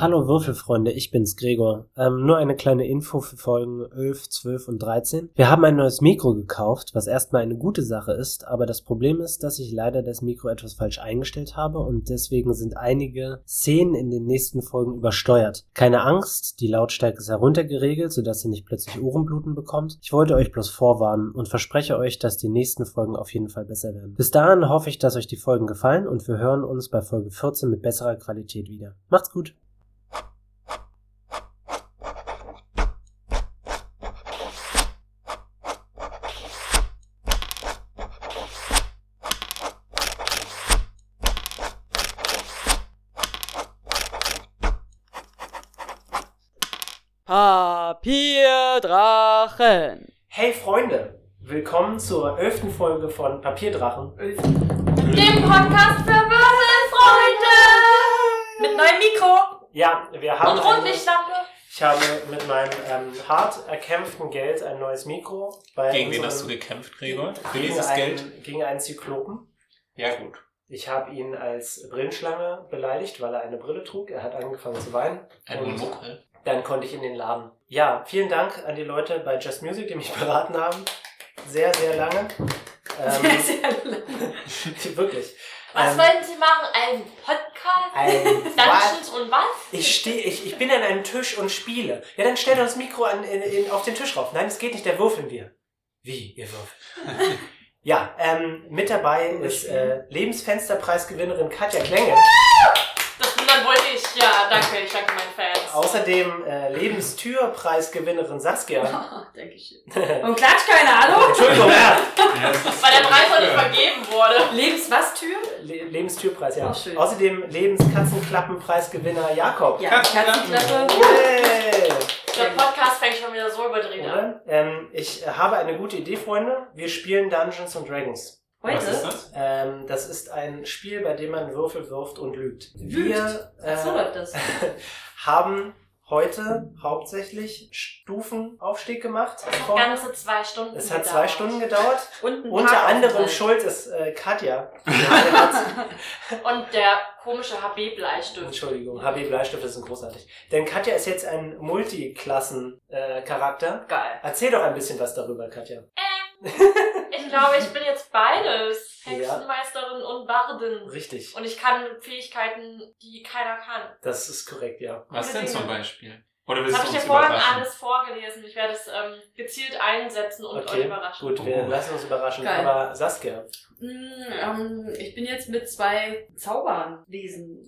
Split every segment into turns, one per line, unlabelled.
Hallo Würfelfreunde, ich bin's Gregor. Ähm, nur eine kleine Info für Folgen 11, 12 und 13. Wir haben ein neues Mikro gekauft, was erstmal eine gute Sache ist, aber das Problem ist, dass ich leider das Mikro etwas falsch eingestellt habe und deswegen sind einige Szenen in den nächsten Folgen übersteuert. Keine Angst, die Lautstärke ist heruntergeregelt, sodass ihr nicht plötzlich Ohrenbluten bekommt. Ich wollte euch bloß vorwarnen und verspreche euch, dass die nächsten Folgen auf jeden Fall besser werden. Bis dahin hoffe ich, dass euch die Folgen gefallen und wir hören uns bei Folge 14 mit besserer Qualität wieder. Macht's gut!
Papierdrachen.
Hey Freunde, willkommen zur elften Folge von Papierdrachen.
Dem Podcast für Würfelfreunde! Mit neuem Mikro
Ja, wir haben.
und Rotlichtlampe.
Ich habe mit meinem ähm, hart erkämpften Geld ein neues Mikro. Bei
Gegen wen
unserem-
hast du gekämpft, Gregor? Für
Gegen
dieses
einen,
Geld?
Gegen einen Zyklopen.
Ja, gut.
Ich habe ihn als Brillenschlange beleidigt, weil er eine Brille trug. Er hat angefangen zu weinen.
Ein
Und
Monokel.
dann konnte ich in den Laden. Ja, vielen Dank an die Leute bei Just Music, die mich beraten haben. Sehr, sehr lange.
Sehr,
Ähm,
sehr lang.
wirklich.
Was
Ähm,
wollten Sie machen? Einen Podcast?
Ein
Dungeons und was?
Ich stehe, ich, ich bin an einem Tisch und spiele. Ja, dann stell doch das Mikro an, in, in, auf den Tisch rauf. Nein, es geht nicht, da würfeln wir. Wie, ihr würfelt? ja, ähm, mit dabei
Oh,
ist äh, Lebensfensterpreisgewinnerin Katja Klenge.
Das bin dann wohl ich. Ja, danke. Ich danke meinen Fans.
Außerdem äh, Lebenstürpreisgewinnerin Saskia.
Ah, Dankeschön.
Und klatscht keine Ahnung?
Entschuldigung, ja.
Weil der Preis heute vergeben wurde.
Lebens was Tür?
Le Lebenstürpreis, ja.
Auch Oh, schön.
Außerdem Lebenskatzenklappenpreisgewinner Jakob.
Ja, Katzenklappe.
Yay.
Der Podcast fängt schon wieder so überdreht an.
Oder? Ähm, ich habe eine gute Idee, Freunde. Wir spielen Dungeons and Dragons.
Was ist
Heute?
das?
Ähm, das ist ein Spiel, bei dem man Würfel wirft und lügt. Wir
Ach, so
äh,
läuft das.
haben heute hauptsächlich Stufenaufstieg gemacht.
Ganze zwei Stunden.
Es hat zwei
gedauert.
Stunden gedauert.
Und ein
Unter
Tag
anderem
aufgefallen.
schuld ist äh, Katja. Katja hat-
Und der komische HB-Bleistift.
Entschuldigung, HB Bleistifte sind großartig. Denn Katja ist jetzt ein Multiklassen-Charakter.
Geil.
Erzähl doch ein bisschen was darüber, Katja.
Ähm, Ich glaube, ich bin jetzt beides.
Ja.
Hexenmeisterin und Bardin.
Richtig.
Und ich kann Fähigkeiten, die keiner kann.
Das ist korrekt, ja.
Was denn zum Beispiel? Oder
Das
willst du
habe ich
uns
dir vorhin
überraschen?
alles vorgelesen. Ich werde es ähm, gezielt einsetzen und euch
Okay,
überraschen.
gut, wir lassen uns überraschen.
Geil.
Aber Saskia,
Mm, ähm, ich bin jetzt mit zwei Zaubern lesen.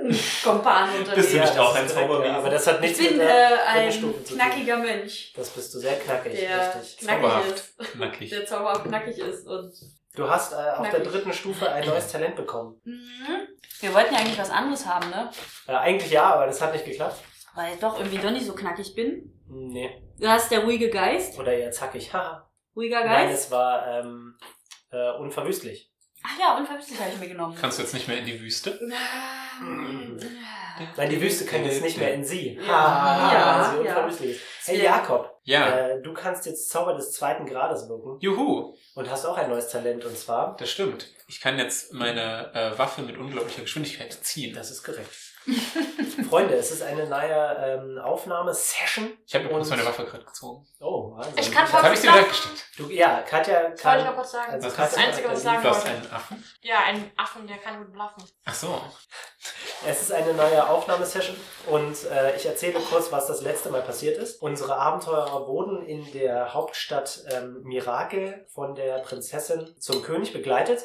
Kompanen
Bist du
unterwegs.
nicht auch
das
ein
ist korrekt,
Zauberwesen?
Ja, aber das hat
Ich
nichts
bin
mit
äh,
der
ein
Stufe zu tun.
knackiger Mönch,
Das bist du sehr knackig,
der
richtig.
knackig
Zauberhaft.
ist.
Knackig.
Der zauberhaft knackig ist. Und,
Du hast äh, auf der
Knackig.
dritten Stufe ein neues Talent bekommen.
Mhm. wir wollten ja eigentlich was anderes haben, ne?
Äh, eigentlich ja, aber das hat nicht geklappt.
Weil ich doch irgendwie doch nicht so knackig bin.
Nee.
Du hast der ruhige Geist.
Oder eher zackig. Haha.
Ruhiger
Nein,
Geist.
es war ähm, äh, unverwüstlich.
Ach ja, unverwüstlich habe ich mir genommen.
Kannst du jetzt nicht mehr in die Wüste?
Ja,
Nein, die Wüste kann
Äh,
jetzt nicht mehr in sie.
Ja,
Haha,
ja,
weil sie unverwüstlich ist. Hey Jakob,
Ja.
äh, du kannst jetzt Zauber des zweiten Grades wirken
Juhu,
und hast auch ein neues Talent und zwar.
das stimmt. Ich kann jetzt meine äh, Waffe mit unglaublicher Geschwindigkeit ziehen.
Das ist korrekt. Freunde, es ist eine neue ähm, Aufnahmesession.
Ich habe übrigens
Und-
meine Waffe gerade gezogen.
Oh, Wahnsinn.
Ich kann
Das habe ich dir
sagen-
weggesteckt.
Du, ja, Katja
Das wollte ich mal
kann.
kurz sagen.
Also
Das
Katja
ist das
kann
Einzige, was ich
Berlin-
sagen
Du hast
wollte.
einen Affen?
Ja, ein Affen, der kann gut bluffen.
Ach so.
Es ist eine neue Aufnahmesession und äh, ich erzähle kurz, was das letzte Mal passiert ist. Unsere Abenteurer wurden in der Hauptstadt ähm, Mirakel von der Prinzessin zum König begleitet,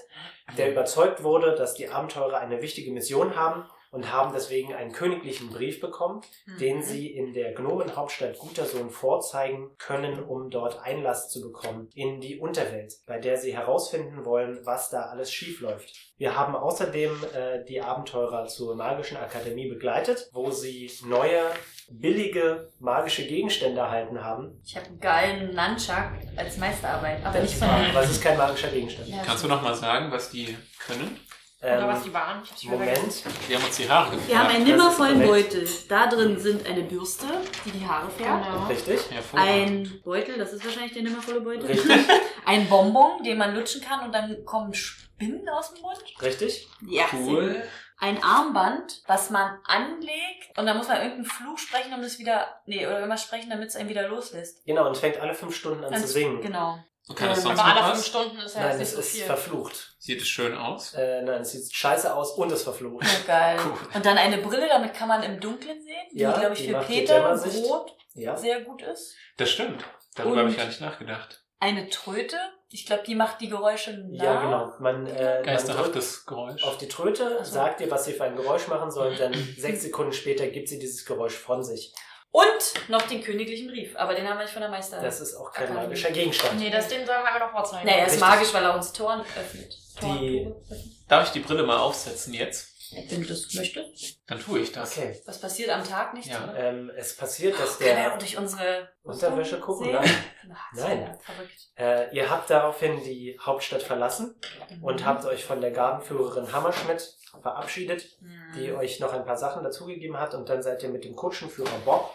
der überzeugt wurde, dass die Abenteurer eine wichtige Mission haben und haben deswegen einen königlichen Brief bekommen,
Hm.
Mhm.
den sie in der Gnomenhauptstadt Gutersohn vorzeigen können, um dort Einlass zu bekommen in die Unterwelt, bei der sie herausfinden wollen, was da alles schiefläuft. Wir haben außerdem äh, die Abenteurer zur Magischen Akademie begleitet, wo sie neue, billige magische Gegenstände erhalten haben.
Ich habe einen geilen Nunchuck als Meisterarbeit, aber nicht
Mhm.
von
Aber es ist kein magischer Gegenstand.
Ja,
Kannst du nochmal sagen, was die können?
Oder was
Ähm,
die waren. Ich hab's wieder vergessen.
Moment.
Die haben uns die Haare gefärbt.
Wir haben einen
das ist
nimmervollen
korrekt.
Beutel. Da drin sind eine Bürste, die die Haare färbt.
Genau.
Richtig?
Hervorragend.
Ein Beutel, das ist wahrscheinlich der nimmervolle Beutel.
Richtig?
Ein Bonbon, den man lutschen kann und dann kommen Spinnen aus dem Mund.
Richtig?
Ja.
Cool.
ein Armband, was man anlegt und dann muss man irgendeinen Fluch sprechen, um das wieder, nee, oder irgendwas sprechen, damit es einen wieder loslässt.
Genau, und es fängt alle fünf Stunden an
Dann-
zu singen.
Genau.
Und Kann das
Ähm,
sonst
Aber
noch
alle fünf
was?
Stunden ist ja
Nein,
jetzt nicht
es
so
ist
viel.
verflucht.
Sieht es schön aus?
Äh, nein, es sieht scheiße aus und ist verflucht.
Oh, geil.
Cool.
Und dann eine Brille, damit kann man im Dunkeln sehen, die,
Ja,
glaube ich,
die
für
macht die
Peter und
Dämmersicht.
Brot
Ja.
sehr gut ist.
Das stimmt. Darüber
Und-
habe ich gar nicht nachgedacht.
Eine Tröte, ich glaube, die macht die Geräusche nach.
Ja, genau. Man, äh, man drückt
Geisterhaftes Geräusch.
auf die Tröte, sagt ihr, was sie für ein Geräusch machen soll, und dann sechs Sekunden später gibt sie dieses Geräusch von sich.
Und noch den königlichen Brief, aber den haben wir nicht von der Meisterin.
Das ist auch kein
Okay.
magischer Gegenstand.
Nee, das Ding sollen wir aber noch vorzeigen.
naja, er ist
richtig.
magisch, weil er uns Toren öffnet. Toren
Die-
Tore öffnet.
Darf ich die Brille mal aufsetzen jetzt?
Wenn du das möchtest.
Dann tue ich das.
Okay.
Was passiert am Tag nicht?
Ja.
oder?
Ähm, es passiert, dass
Kann er
der
Genau, durch unsere
Unterwäsche gucken,
sehen?
nein.
Ach,
Nein.
ja Verrückt.
Äh, ihr habt daraufhin die Hauptstadt verlassen und
Mhm.
habt euch von der Gartenführerin Hammerschmidt verabschiedet,
Mhm.
die euch noch ein paar Sachen dazugegeben hat und dann seid ihr mit dem Kutschenführer Bob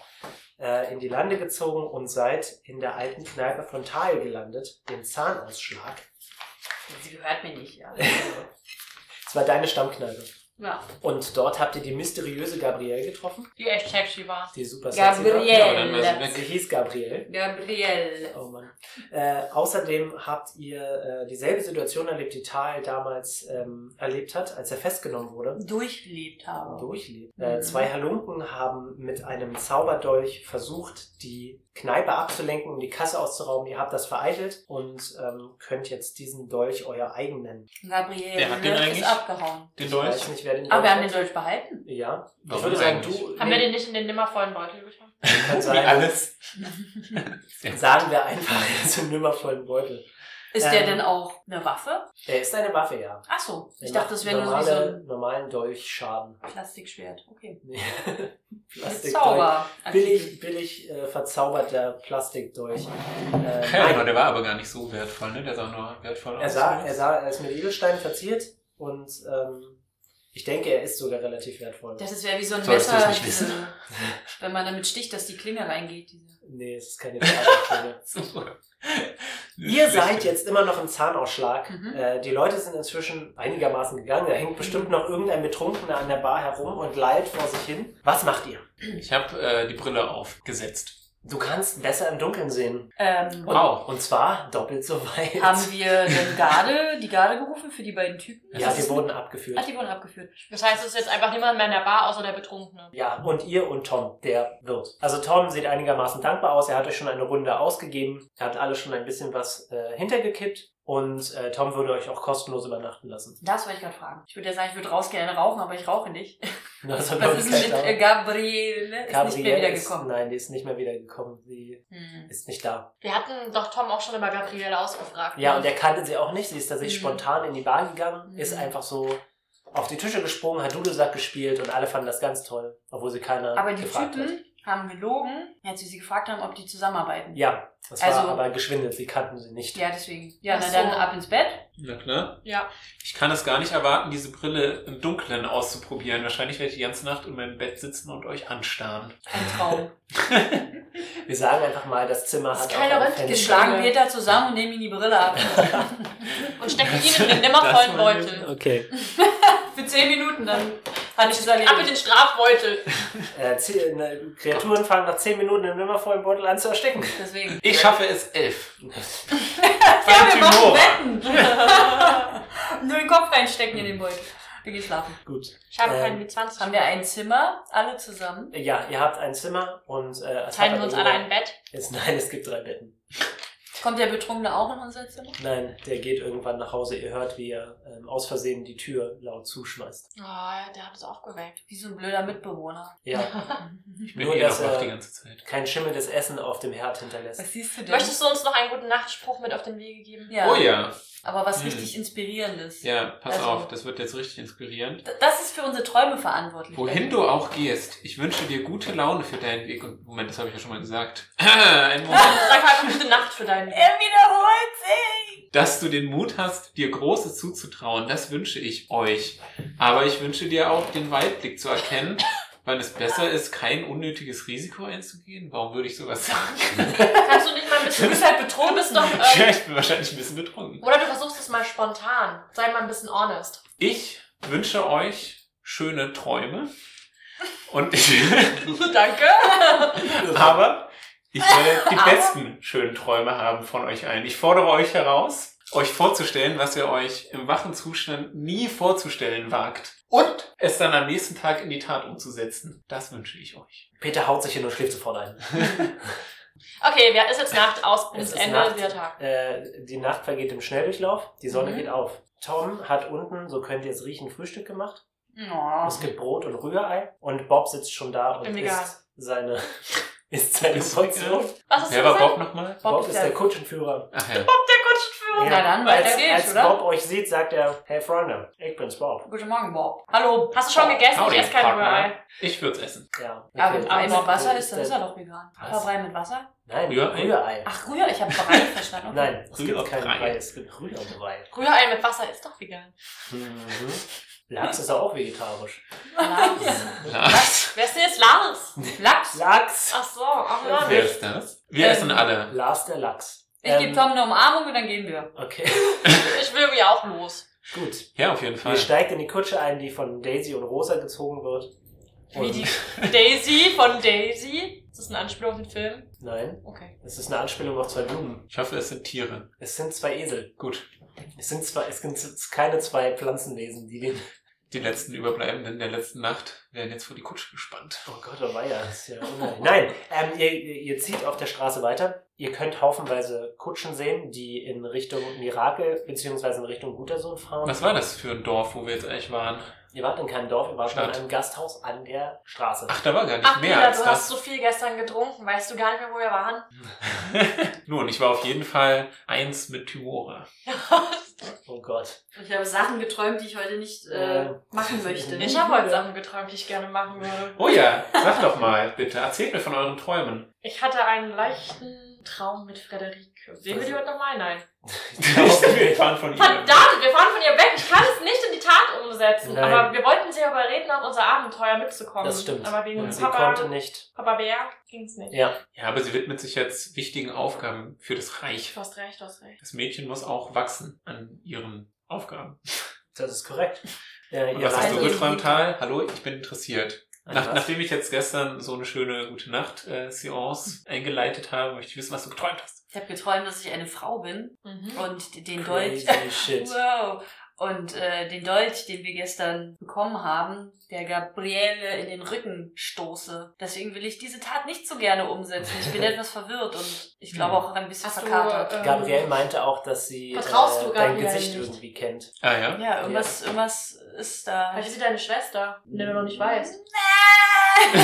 äh, in die Lande gezogen und seid in der alten Kneipe von Thal gelandet, dem Zahnausschlag.
Sie gehört mir nicht, ja.
Es war deine Stammkneipe.
ja.
Und dort habt ihr die mysteriöse Gabrielle getroffen,
Die echt sexy war.
die super sexy
Gabrielle.
Ja, dann war sie
war. Genau,
weg.
Sie hieß Gabrielle.
Gabrielle.
Oh Mann. Äh, außerdem habt ihr äh, dieselbe Situation erlebt, die Tal damals ähm, erlebt hat, als er festgenommen wurde.
Durchlebt habe.
Durchlebt.
Mhm.
Äh, zwei Halunken haben mit einem Zauberdolch versucht, die Kneipe abzulenken, um die Kasse auszurauben. Ihr habt das vereitelt und ähm, könnt jetzt diesen Dolch euer eigen nennen.
Gabrielle
Wer hat den
ne, ist
eigentlich?
abgehauen.
Den
Ich
Dolch.
weiß nicht, wer den
Aber Ah, wir haben
hat.
den Deutsch behalten.
Ja.
Warum
ich würde sagen,
eigentlich?
du.
Haben
nee,
wir den nicht in den nimmervollen Beutel getan?
kann
Wie
sein.
alles.
Sagen wir einfach, er ist im nimmervollen Beutel.
Ist der
Ähm.
denn auch eine Waffe?
Er ist eine Waffe, ja.
Ach so, ich
Er
dachte,
macht
das wäre nur so wie so
normale,
ein
normalen Dolchschaden.
Plastikschwert. Okay.
Nee.
Mit
Plastikdolch.
Zauber.
Billig, billig äh, verzauberter Plastikdolch. Äh,
Ja, aber
nein,
der war aber gar nicht so wertvoll, ne? Der sah nur wertvoll aus.
er, sah, er, sah, er ist mit Edelstein verziert und ähm, ich denke, er ist sogar relativ wertvoll.
Das ist ja wie so ein
Sollst du
Messer,
es nicht wissen?
diese- wenn man damit sticht, dass die Klinge reingeht. Diese.
Nee, es ist keine Theaterklinge.
Super.
Ihr seid jetzt immer noch im Zahnausschlag.
Mhm.
Äh, die Leute sind inzwischen einigermaßen gegangen. Da hängt bestimmt noch irgendein Betrunkener an der Bar herum und lallt vor sich hin. Was macht ihr?
Ich habe äh, die Brille aufgesetzt.
Du kannst besser im Dunkeln sehen.
Ähm,
Und,
Wow.
und zwar doppelt so weit.
haben wir denn Garde, die Garde gerufen für die beiden Typen?
ja,
Was
die
ist Also-
wurden
mit-
abgeführt.
Ach, die wurden abgeführt.
Das heißt, es ist jetzt einfach niemand mehr in der Bar, außer der Betrunkene.
Ja, und ihr und Tom, der Wirt. Also Tom sieht einigermaßen dankbar aus. Er hat euch schon eine Runde ausgegeben. Er hat alle schon ein bisschen was äh, hintergekippt. Und äh, Tom würde euch auch kostenlos übernachten lassen.
Das wollte ich gerade fragen. Ich würde ja sagen, ich würde rausgehen und rauchen, aber ich rauche nicht.
Das hat
Was
wirklich
ist
keinen
mit
Dauer.
äh, Gabriele? Ist nicht mehr
Gabrielle ist-
wiedergekommen.
Nein, die ist nicht mehr wiedergekommen. Sie
Hm.
ist nicht da.
Wir hatten doch Tom auch schon über Gabriele ausgefragt.
Ja,
ne?
und er kannte sie auch nicht. Sie ist tatsächlich
Mhm.
spontan in die Bar gegangen,
Mhm.
ist einfach so auf die Tische gesprungen, hat Dudelsack gespielt und alle fanden das ganz toll, obwohl sie keiner
Aber die
gefragt
Typen
hat.
haben gelogen, als wir sie gefragt haben, ob die zusammenarbeiten.
Ja, das
Also-
war aber geschwindelt. Sie kannten sie nicht.
Ja, deswegen. Ja,
Ach
na
so.
dann ab ins Bett.
Na klar.
Ja.
Ich kann es gar nicht erwarten, diese Brille im Dunkeln auszuprobieren. Wahrscheinlich werde ich die ganze Nacht in meinem Bett sitzen und euch anstarren.
Ein Traum.
Wir sagen einfach mal, das Zimmer
Das
hat
ist keine
auch ein
Röntgen-
Wir
Fenster.
schlagen Peter zusammen und nehmen ihm die Brille ab.
Und stecken ihn in den nimmervollen
Das war eine-
Beutel.
Okay.
Für 10 Minuten, dann hatte ich es erledigt.
Ah,
Ab in den Strafbeutel.
Äh, Zie- ne, Kreaturen fangen nach 10 Minuten im nimmervollen Beutel an zu ersticken.
Deswegen.
Ich schaffe es elf.
ja, wir
Team
machen
Nora.
Wetten. Nur den Kopf reinstecken in den Beutel. Wir gehen schlafen.
Gut.
Ich habe
Ähm,
keinen mit 20.
Haben wir ein Zimmer, alle zusammen.
Ja, ihr habt ein Zimmer und äh, es
Teilen
hat
wir uns
aber
alle
jeder-
ein Bett.
Es, nein, es gibt drei Betten.
Kommt der Betrunkene auch in unser Zimmer?
Nein, der geht irgendwann nach Hause. Ihr hört, wie er ähm, aus Versehen die Tür laut zuschmeißt.
Oh, der hat uns aufgeweckt.
Wie so ein blöder Mitbewohner.
Ja,
Ich bin
Nur,
eh noch
dass,
wach
äh,
die ganze Zeit.
kein schimmelndes Essen auf dem Herd hinterlässt.
Was siehst du denn?
Möchtest du uns noch einen guten Nachtspruch mit auf den Weg geben?
Ja.
Oh ja.
Aber was
Hm.
richtig Inspirierendes.
Ja, pass
Also-
auf, das wird jetzt richtig inspirierend.
D- Das ist für unsere Träume verantwortlich.
Wohin du auch gehst, ich wünsche dir gute Laune für deinen Weg. Und Moment, das habe ich ja schon mal gesagt. Ein Moment.
Sag einfach gute Nacht für deinen.
Er wiederholt sich.
dass du den Mut hast, dir Großes zuzutrauen, das wünsche ich euch. Aber ich wünsche dir auch den Weitblick zu erkennen, wann es besser ist, kein unnötiges Risiko einzugehen. Warum würde ich sowas sagen?
Kannst du nicht mal ein bisschen. Du bist halt betrogen. Du bist doch.
ja,
Ähm,
ich bin wahrscheinlich ein bisschen betrunken.
oder du versuchst es mal spontan. Sei mal ein bisschen honest.
Ich wünsche euch schöne Träume. Und ich,
Danke.
aber ich werde die
Aber-
besten schönen Träume haben von euch allen. Ich fordere euch heraus, euch vorzustellen, was ihr euch im wachen Zustand nie vorzustellen wagt. Und es dann am nächsten Tag in die Tat umzusetzen. Das wünsche ich euch.
Peter haut sich hin und schläft sofort ein.
Okay, wer ist jetzt Nacht aus?
Es
Bis
ist
Ende
Nacht.
der Tag.
Äh, die Nacht vergeht im Schnelldurchlauf, die Sonne
Mhm.
geht auf. Tom hat unten, so könnt ihr es riechen, Frühstück gemacht.
Oh.
Es gibt Brot und Rührei und Bob sitzt schon da und
bin vegan.
isst seine, isst seine
Ist
Portion.
Was ist
Wer war
das?
Bob nochmal?
Bob
Bob,
ist
ist
der-
der Kutschenführer.
Ach ja.
Der Kutschenführer.
Na dann,
als,
weiter geht's,
als
oder?
Bob euch sieht, sagt er, hey Freunde, ich bin's Bob.
Guten Morgen, Bob. Hallo.
Hast du schon gegessen?
Howdy,
ich esse kein
Partner.
Rührei.
Ich würde es essen.
Ja.
Aber
Okay.
wenn Brei mit
aber
Wasser
Wo
ist, dann ist er doch vegan.
Was?
Aber Brei mit Wasser?
Nein,
Rührei?
Rührei.
Ach, Rührei, ich habe Brei verstanden. Okay.
Nein, es gibt keinen
Rührei.
Brei, es gibt Rührei.
Rührei mit Wasser ist doch vegan.
Mhm. Lachs ist auch vegetarisch.
Lachs.
Lars.
Wer ist denn jetzt Lars?
Lachs?
Lachs!
Ach so, auch Lars.
Wer ist das? Wir
Ähm,
essen alle.
Lars der Lachs.
Ich
Ähm,
gebe Tom eine Umarmung und dann gehen wir.
Okay,
Ich will irgendwie auch los.
gut.
Ja, auf jeden
Ihr
Fall.
steigt in die Kutsche ein, die von Daisy und Rosa gezogen wird. Und
Wie die Daisy von Daisy. Ist das eine Anspielung auf den Film?
Nein,
Okay.
es ist eine Anspielung auf zwei Blumen.
Ich hoffe, es sind Tiere.
Es sind zwei Esel.
Gut.
Es sind zwei, es sind keine zwei Pflanzenwesen, die den.
Die letzten Überbleibenden der letzten Nacht werden jetzt vor die Kutsche gespannt.
Oh Gott, oh weia, das ist ja unheimlich. Nein, ähm, ihr, ihr ihr zieht auf der Straße weiter. Ihr könnt haufenweise Kutschen sehen, die in Richtung Mirakel beziehungsweise in Richtung Gutersohn fahren.
Was war das für ein Dorf, wo wir jetzt eigentlich waren?
Ihr wart in keinem Dorf, ihr wart schon in
Stadt.
einem Gasthaus an der Straße.
Ach, da war gar nicht
Ach,
mehr
Peter,
als
du hast
das.
so viel gestern getrunken. Weißt du gar nicht mehr, wo wir waren?
Nun, ich war auf jeden Fall eins mit Timora.
Oh Gott.
Ich habe Sachen geträumt, die ich heute nicht äh,
Ähm,
machen möchte.
Ich habe heute Sachen geträumt, die ich gerne machen würde.
Oh ja, sag doch mal, bitte, erzählt mir von euren Träumen.
Ich hatte einen leichten Traum mit Frederike. Sehen wir die heute nochmal? Nein.
wir fahren von ihr.
Verdammt, wir fahren von ihr weg. Ich kann es nicht in die Tat umsetzen.
Nein.
Aber wir wollten sie ja überreden, auf unser Abenteuer mitzukommen.
Das stimmt.
Aber wegen
Und
Sie
Papa,
konnte nicht.
Papa Bär ging es nicht.
Ja,
Ja, aber sie widmet sich jetzt wichtigen Aufgaben für das
Du
Reich.
hast recht, du hast recht.
Das Mädchen muss auch wachsen an ihren Aufgaben.
das ist korrekt. Äh, Ja,
Und was
wart-
hast du
Also-
geträumt, Tal? Hallo, ich bin interessiert.
An
Nach,
was?
nachdem ich jetzt gestern so eine schöne gute Nacht äh, Seance eingeleitet habe, möchte ich wissen, was du geträumt hast.
Ich habe geträumt, dass ich eine Frau bin
Mhm.
und den Dolch.
Crazy shit.
Wow. Und äh, den Dolch, den wir gestern bekommen haben, der Gabriele in den Rücken stoße. Deswegen will ich diese Tat nicht so gerne umsetzen. Ich bin etwas verwirrt und
Hm.
ich glaube auch ein bisschen
Hast du,
verkatert.
ähm,
Gabrielle meinte auch, dass sie äh,
Vertraust du
dein
Gabrielle
Gesicht
nicht?
irgendwie kennt.
Ah ja?
ja, irgendwas, irgendwas ist da.
Vielleicht ist sie deine Schwester, die du noch nicht weißt.
Nee.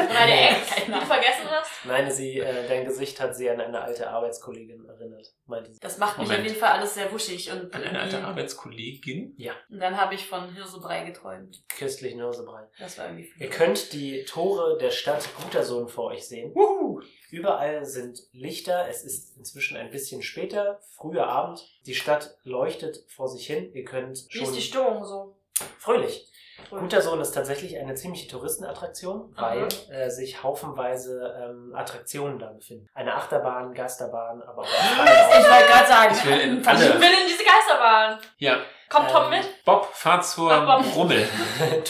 Oder deine Ex, die du vergessen hast.
Nein, sie, äh, dein Gesicht hat sie an eine alte Arbeitskollegin erinnert, meinte sie.
Das macht mich
Moment.
auf jeden Fall alles sehr wuschig und,
An eine alte
irgendwie-
Arbeitskollegin?
und dann habe ich von Hirsebrei geträumt.
Köstlichen Hirsebrei.
Das war irgendwie.
Ihr könnt die Tore der Stadt Gutersohn vor euch sehen.
Wuhu!
Überall sind Lichter. Es ist inzwischen ein bisschen später, früher Abend. Die Stadt leuchtet vor sich hin. Ihr könnt
Wie ist
schon
die Stimmung so?
fröhlich. Gutersohn ist tatsächlich eine ziemliche Touristenattraktion, weil äh, sich haufenweise ähm, Attraktionen da befinden. Eine Achterbahn, Geisterbahn, aber auch ein
Ich
Freibad.
wollte gerade sagen,
Ich will in
Ich
alle.
will in diese Geisterbahn.
Ja,
Kommt Tom
Ähm,
mit?
Bob, fahr zur
Ach, Bob.
Rummel.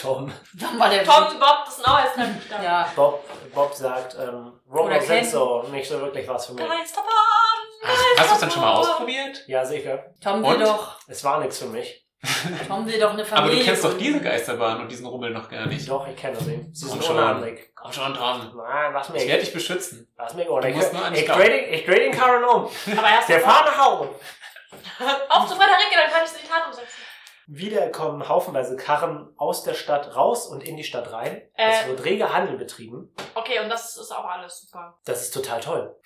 Tom.
dann war der
Tom, Bob, das sind auch jetzt nämlich da.
Ja.
Bob, Bob sagt, ähm,
Oder
Roller
Ken.
sind so nicht so wirklich was für mich.
Geisterbahn.
Ach, hast du es dann schon mal ausprobiert?
Ja, sicher.
Tom will
Und?
doch.
Es war nichts für mich.
Tom will doch eine
Aber
Familie.
du kennst doch
gründen.
diese Geisterbahn und diesen Rummel noch gar nicht.
Doch, ich kenne sie. Sie
Komm
sind
schon.
unheimlich.
Komm schon, Tom.
Nein, lass mich.
Ich werde dich beschützen.
Lass mich oder
Du
ich,
musst nur an
ich,
Stau.
dreh den, ich dreh den Karren um.
Aber erst
Der
mal
fahr nach Hause.
auf zu Frederike, dann kann ich sie in die Tat umsetzen.
Wieder kommen haufenweise Karren aus der Stadt raus und in die Stadt rein.
Äh.
Es wird reger Handel betrieben.
Okay, und das ist auch alles super.
Das ist total toll.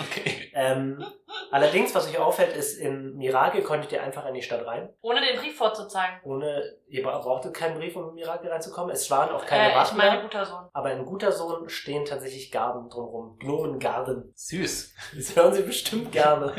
Okay.
Ähm, allerdings, was euch auffällt, ist, in Mirage konntet ihr einfach in die Stadt rein.
Ohne den Brief vorzuzeigen.
Ohne, ihr bra- brauchtet keinen Brief, um in Mirage reinzukommen. Es waren auch keine
äh, ich
Wachen.
meine,
da.
guter Sohn.
Aber in guter Sohn stehen tatsächlich Garden drumherum. Gnomengarden.
Süß.
Das hören sie bestimmt gerne.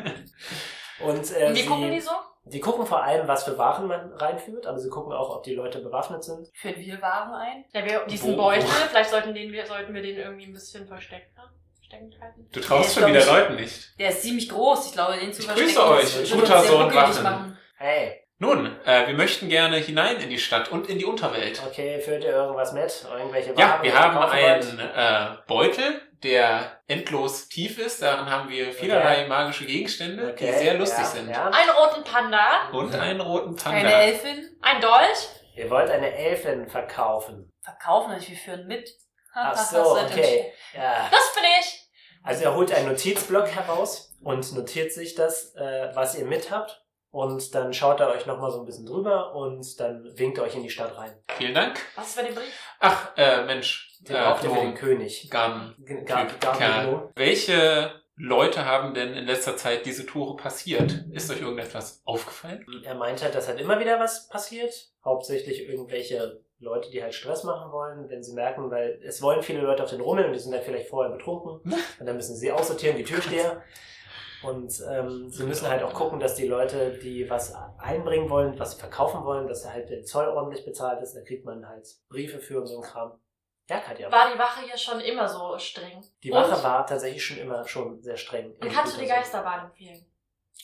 Und äh,
Und wie
sie,
gucken die so?
Die gucken vor allem, was für Waren man reinführt, aber sie gucken auch, ob die Leute bewaffnet sind.
Führen wir Waren ein?
Ja, wir diesen
Wo-
Beutel, vielleicht sollten, den wir, sollten wir den irgendwie ein bisschen versteckt, ne? verstecken halten.
Du traust
Nee,
schon wieder
glaub
Leuten nicht.
Der ist ziemlich groß. Ich glaube, den zu
Ich
verstecken.
grüße euch.
wird uns
Guter
sehr
Sohn
ruckelig
Wachen.
machen.
Hey,
Nun, äh, wir möchten gerne hinein in die Stadt und in die Unterwelt.
Okay, führt ihr irgendwas mit? Irgendwelche
Ja,
Waren?
wir
die ihr
haben
kaufen
einen
wollt?
äh, Beutel, der endlos tief ist. Darin haben wir vielerlei magische Gegenstände, die
Okay,
sehr lustig
ja,
sind.
Ja.
Einen roten Panda,
Und einen roten
Keine
Panda.
Elfin?
ein Dolch.
Ihr wollt eine Elfin verkaufen.
Verkaufen nicht, wir führen mit.
Ach
Was
so,
soll denn-
okay. Ja.
Das bin ich.
Also er holt einen Notizblock heraus und notiert sich das, äh, was ihr mit habt. Und dann schaut er euch nochmal so ein bisschen drüber und dann winkt er euch in die Stadt rein.
Vielen Dank.
Was ist bei dem Brief?
Ach, äh, Mensch. äh,
Den braucht ihr für den
Gnom,
König.
Gaben.
G- Gar,
Typ,
gar
Kerl. Welche Leute haben denn in letzter Zeit diese Tore passiert? Ist euch irgendetwas aufgefallen?
Er meint halt, dass halt immer wieder was passiert. Hauptsächlich irgendwelche Leute, die halt Stress machen wollen, wenn sie merken, weil es wollen viele Leute auf den Rummel und die sind halt vielleicht vorher betrunken. Und dann müssen sie aussortieren, die
Oh
Türsteher. Und ähm, sie müssen halt auch gucken, dass die Leute, die was einbringen wollen, was verkaufen wollen, dass halt der Zoll ordentlich bezahlt ist. Da kriegt man halt Briefe für und so ein Kram. Ja, Katja.
War die Wache hier schon immer so streng?
die Wache
und?
war tatsächlich schon immer schon sehr streng. Äh,
Und kannst
also.
du die Geisterbahn empfehlen?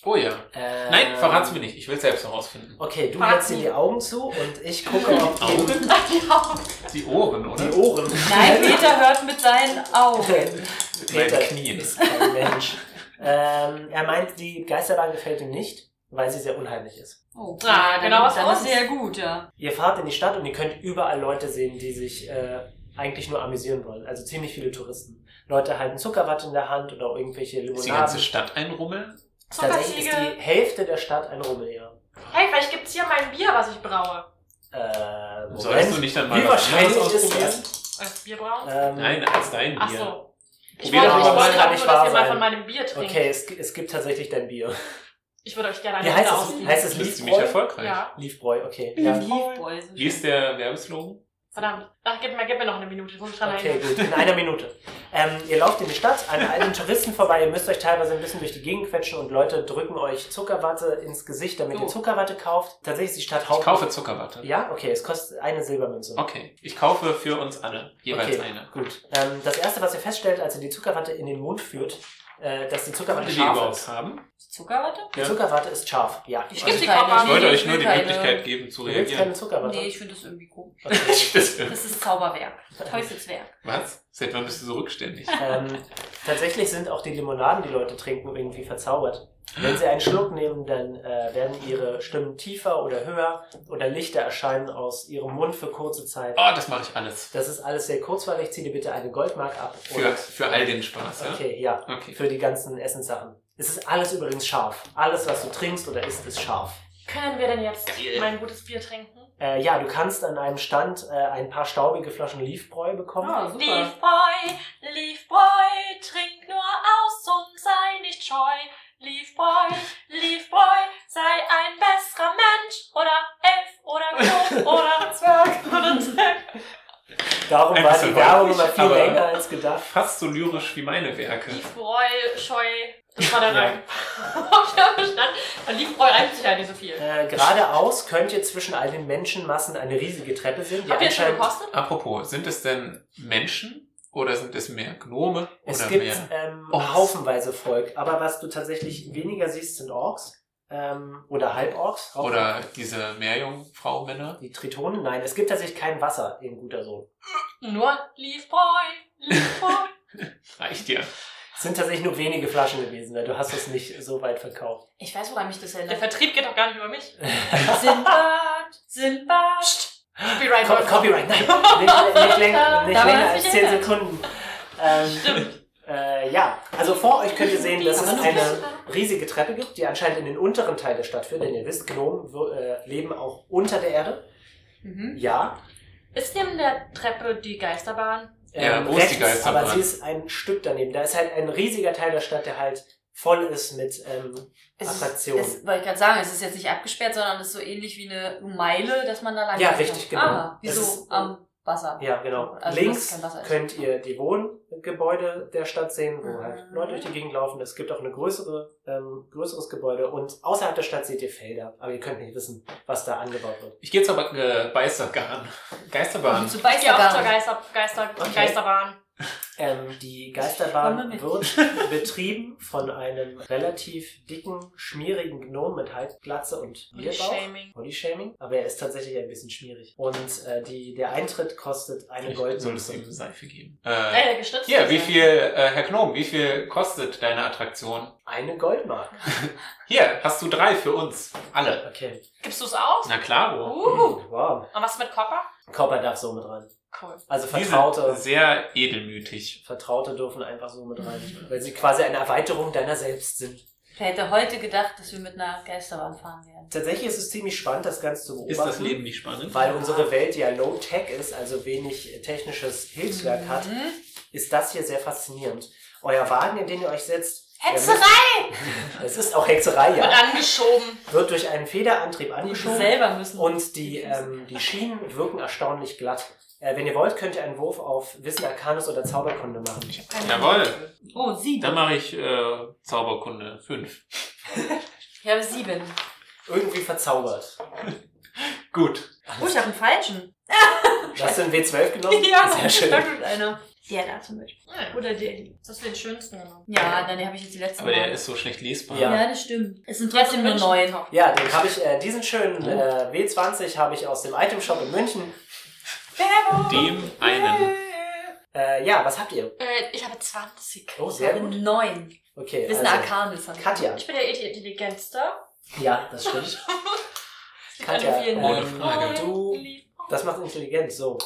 Oh ja.
Ähm.
Nein, verrat's mir nicht. Ich will selbst herausfinden.
Okay, du hältst
Verrat's
dir die
mir.
Augen zu und ich gucke auf
Die Augen?
Ach, die Augen.
Die Ohren, oder?
die Ohren.
Nein, Peter hört mit seinen Augen.
Mit
Peter
meinen Knien.
Ist kein Mensch. ähm, er meint, die Geisterbahn gefällt ihm nicht, weil sie sehr unheimlich ist.
Oh,
Ah,
dann-
genau, was
Dann
uns.
ist sehr gut, ja.
Ihr fahrt in die Stadt und ihr könnt überall Leute sehen, die sich äh, eigentlich nur amüsieren wollen. Also ziemlich viele Touristen. Leute halten Zuckerwatte in der Hand oder irgendwelche
Ist die ganze
Limonaden.
Stadt ein Rummel?
Tatsächlich ist
Zuckerziegel.
die Hälfte der Stadt ein Rummel, ja.
Hey, vielleicht gibt's hier mein Bier, was ich braue.
Äh,
Solltest du
Moment.
nicht dann mal
Wie
was
wahrscheinlich
anderes
ist
ausprobieren?
das?
Als Bier brauen?
Ähm,
Nein, als dein
Ach
Bier.
so. Ich
Probier
wollte,
doch
ich
mal.
wollte
Kann
gerade
nicht
nur,
wahr
dass ihr mal
sein.
von meinem Bier trinkt.
Okay, es, es gibt tatsächlich dein Bier.
Ich würde euch gerne ein
Wie
Bier
heißt es?
ausgeben.
Heißt es
Bist du nicht
Liefbräu?
erfolgreich?
Ja.
Liefbräu, okay.
ja.
Ja.
Wie ist der Werbeslogan?
Verdammt. Ach, gib mir, gib mir noch eine Minute. Ich muss mich dran
Okay,
erinnern.
gut, in einer Minute. Ähm, ihr lauft in die Stadt, an all den Touristen vorbei, ihr müsst euch teilweise ein bisschen durch die Gegend quetschen und Leute drücken euch Zuckerwatte ins Gesicht, damit ihr
Oh.
Zuckerwatte kauft. Tatsächlich ist die Stadt
Ich
haupt-
kaufe Zuckerwatte.
Ja, okay, es kostet eine Silbermünze.
Okay, ich kaufe für uns alle jeweils
Okay,
eine.
Gut. Ähm, das erste, was ihr feststellt, als ihr die Zuckerwatte in den Mund führt, äh, dass die
Wollt
Zuckerwatte
ihr die
scharf
überhaupt
ist.
haben?
Zuckerwatte?
Die
Ja.
Zuckerwatte ist scharf, ja.
Ich
geb die
keine.
Kopf ab.
Ich
Nee,
wollte
ich
euch
will
nur die
keine.
Möglichkeit geben zu
Du willst
reagieren.
keine Zuckerwatte?
Nee, ich finde das irgendwie komisch.
Okay.
Das ist Zauberwerk. Teufelswerk.
Was? Seit wann bist du so rückständig?
ähm, tatsächlich sind auch die Limonaden, die Leute trinken, irgendwie verzaubert. Wenn sie einen Schluck nehmen, dann äh, werden ihre Stimmen tiefer oder höher oder Lichter erscheinen aus ihrem Mund für kurze Zeit.
Oh, das mache ich alles.
Das ist alles sehr kurzweilig. Zieh dir bitte eine Goldmark ab.
Für, ne? für all den Spaß, ja?
Okay, ja.
Okay.
Für die ganzen Essenssachen. Es ist alles übrigens scharf. Alles, was du trinkst oder isst, ist scharf.
Können wir denn jetzt
Geil.
mein gutes Bier trinken?
Äh, ja, du kannst an einem Stand äh, ein paar staubige Flaschen Leafbräu bekommen.
Ah, super.
Leafboy, Leafboy, trink nur aus und sei nicht scheu. Leafboy, Leafboy, sei ein besserer Mensch oder elf oder klug oder zwerg oder zwerg.
Darum
Ein
war
bisschen
die Werbung
häufig,
immer viel
aber-
länger als gedacht.
Fast so lyrisch wie meine Werke.
Leafboy, scheu. Das war der
Ja.
Reim. Hab ich auch verstanden. Und Leafboy reimt sich halt nicht so viel.
Äh, geradeaus könnt ihr zwischen all den Menschenmassen eine riesige Treppe sehen, die
Habt ihr das schon
anscheinend.
gekostet?
Apropos, sind es denn Menschen oder sind es mehr Gnome
Es
oder
gibt
mehr?
ähm,
Orks?
haufenweise Volk, aber was du tatsächlich weniger siehst, sind Orks ähm, oder Halborks. Auch-
Oder diese Meerjungfrau, Männer?
die Tritonen? Nein, es gibt tatsächlich kein Wasser in guter Sohn.
Nur Leafboy, Leafboy.
Reicht dir.
Es sind tatsächlich nur wenige Flaschen gewesen, weil du hast es nicht so weit verkauft.
Ich weiß, woran mich das
Der
erinnert.
Vertrieb geht doch gar nicht über mich.
Sinbad, Sinbad.
Copyright
Co
läuft noch.
Copyright, nein! Nicht, nicht länger, nicht
Da war
länger als
das nicht
10
ändern.
Sekunden. Ähm,
Stimmt.
Äh, ja, also vor euch könnt ihr sehen, dass es
Aber nur
eine riesige Treppe gibt, die anscheinend in den unteren Teil der Stadt führt, denn ihr wisst, Gnomen wir- äh, leben auch unter der Erde.
Mhm.
Ja,
Ist neben der Treppe die Geisterbahn?
Ja,
ähm,
wo ist die
rechts,
Geisterbahn?
aber sie ist ein Stück daneben. Da ist halt ein riesiger Teil der Stadt, der halt voll ist mit ähm,
Attraktion.
Attraktionen.
Ist, es, wollte ich gerade sagen, es ist jetzt nicht abgesperrt, sondern es ist so ähnlich wie eine Meile, dass man da lang
Ja,
kann.
richtig, genau.
Ah, wie
Es
so
ist-
am Wasser.
ja, genau.
Also, dass
Links
kein Wasser ist.
könnt ihr die Wohngebäude der Stadt sehen, wo
Mhm.
halt Leute durch die Gegend laufen. Es gibt auch ein größere, ähm, größeres Gebäude und außerhalb der Stadt seht ihr Felder, aber ihr könnt nicht wissen, was da angebaut wird.
Ich gehe zur Ba- äh, Geisterbahn. Geisterbahn.
Zu
Ich gehe auch zur
Beistergarn.
Geister, Geister,
Okay.
Geisterbahn.
Ähm, die
Wollen
Geisterbahn
wir
wird betrieben von einem relativ dicken, schmierigen Gnom mit Halbglatze und Bierbauch.
Shaming.
Bodyshaming. Aber er ist tatsächlich ein bisschen schmierig. Und äh, die, der Eintritt kostet eine
Vielleicht soll es
Goldmünze.
ihm Seife geben.
Äh,
Äh,
der gestützt
hier,
ist
wie
ja.
viel, äh, Herr Gnom, wie viel kostet deine Attraktion?
Eine Goldmark.
Hier, hast du drei für uns. Alle.
Okay.
Gibst du es aus?
Na klaro.
Uh.
Wow.
Und was mit Copper?
Copper darf so mit rein.
Cool.
Also
Die sind
Vertraute.
Sehr edelmütig.
Vertraute dürfen einfach so mit rein, weil sie quasi eine Erweiterung deiner selbst sind.
Wer hätte heute gedacht, dass wir mit einer Geisterbahn fahren werden?
Tatsächlich ist es ziemlich spannend, das Ganze zu beobachten.
Ist das Leben nicht spannend?
Weil unsere Welt ja low-tech ist, also wenig technisches Hilfswerk hat,
Mhm.
ist das hier sehr faszinierend. Euer Wagen, in den ihr euch setzt. der
Hexerei!
müsst- Es ist auch Hexerei,
Und
ja.
angeschoben.
Wird durch einen Federantrieb
Die
angeschoben
selber müssen.
und die, ähm, die Schienen wirken erstaunlich glatt. Äh, wenn ihr wollt, könnt ihr einen Wurf auf Wissen Arcanus oder Zauberkunde machen.
Jawohl.
oh, sieben.
Dann mache ich äh, Zauberkunde fünf.
Ich habe sieben.
Irgendwie verzaubert.
Gut.
Oh, ich habe einen falschen.
Hast du einen W12 genommen? Sehr
Da
schön.
tut einer. Der da zum Beispiel. Oder der hier.
Das ist den schönsten genommen.
Ja, dann habe ich jetzt die letzte
Aber der
Mal.
ist so schlecht lesbar.
Ja.
ja. das stimmt. Es sind trotzdem nur neun.
Ja, den habe ich, äh, diesen schönen äh, W20 habe ich aus dem Item-Shop in München.
Dem einen.
Äh, ja, was habt ihr?
Äh, ich habe 20.
Oh, sehr gut.
Neun.
Okay,
Wissen
also,
Arcanis. haben wir.
Katja.
Ich bin ja eh die Intelligentste.
Ja, das stimmt. Katja,
an vielen
Ohne
ähm,
Frage.
du, das macht intelligent, so.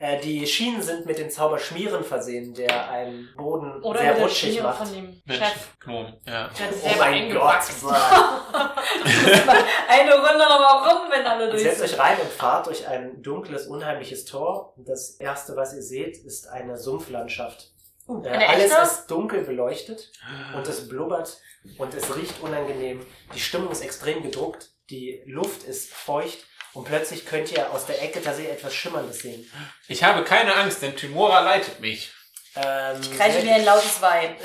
Äh, die Schienen sind mit dem Zauber Schmieren versehen, der einen Boden
Oder
sehr
mit der
rutschig
Schere
macht.
von dem
Mensch,
Chef.
Gnom. Ja.
Der hat
Oh
selber
mein Gott.
eingepackt.
Eine Runde nochmal rum, wenn alle durch
Setzt
sind.
euch rein und fahrt durch ein dunkles, unheimliches Tor. Das erste, was ihr seht, ist eine Sumpflandschaft.
Oh,
Äh,
eine
alles
echte?
ist dunkel beleuchtet. und es blubbert und es riecht unangenehm. Die Stimmung ist extrem gedruckt, die Luft ist feucht und plötzlich könnt ihr aus der Ecke tatsächlich etwas Schimmerndes sehen.
Ich habe keine Angst, denn Timora leitet mich.
Ähm,
Ich kreische mir ein lautes Wein.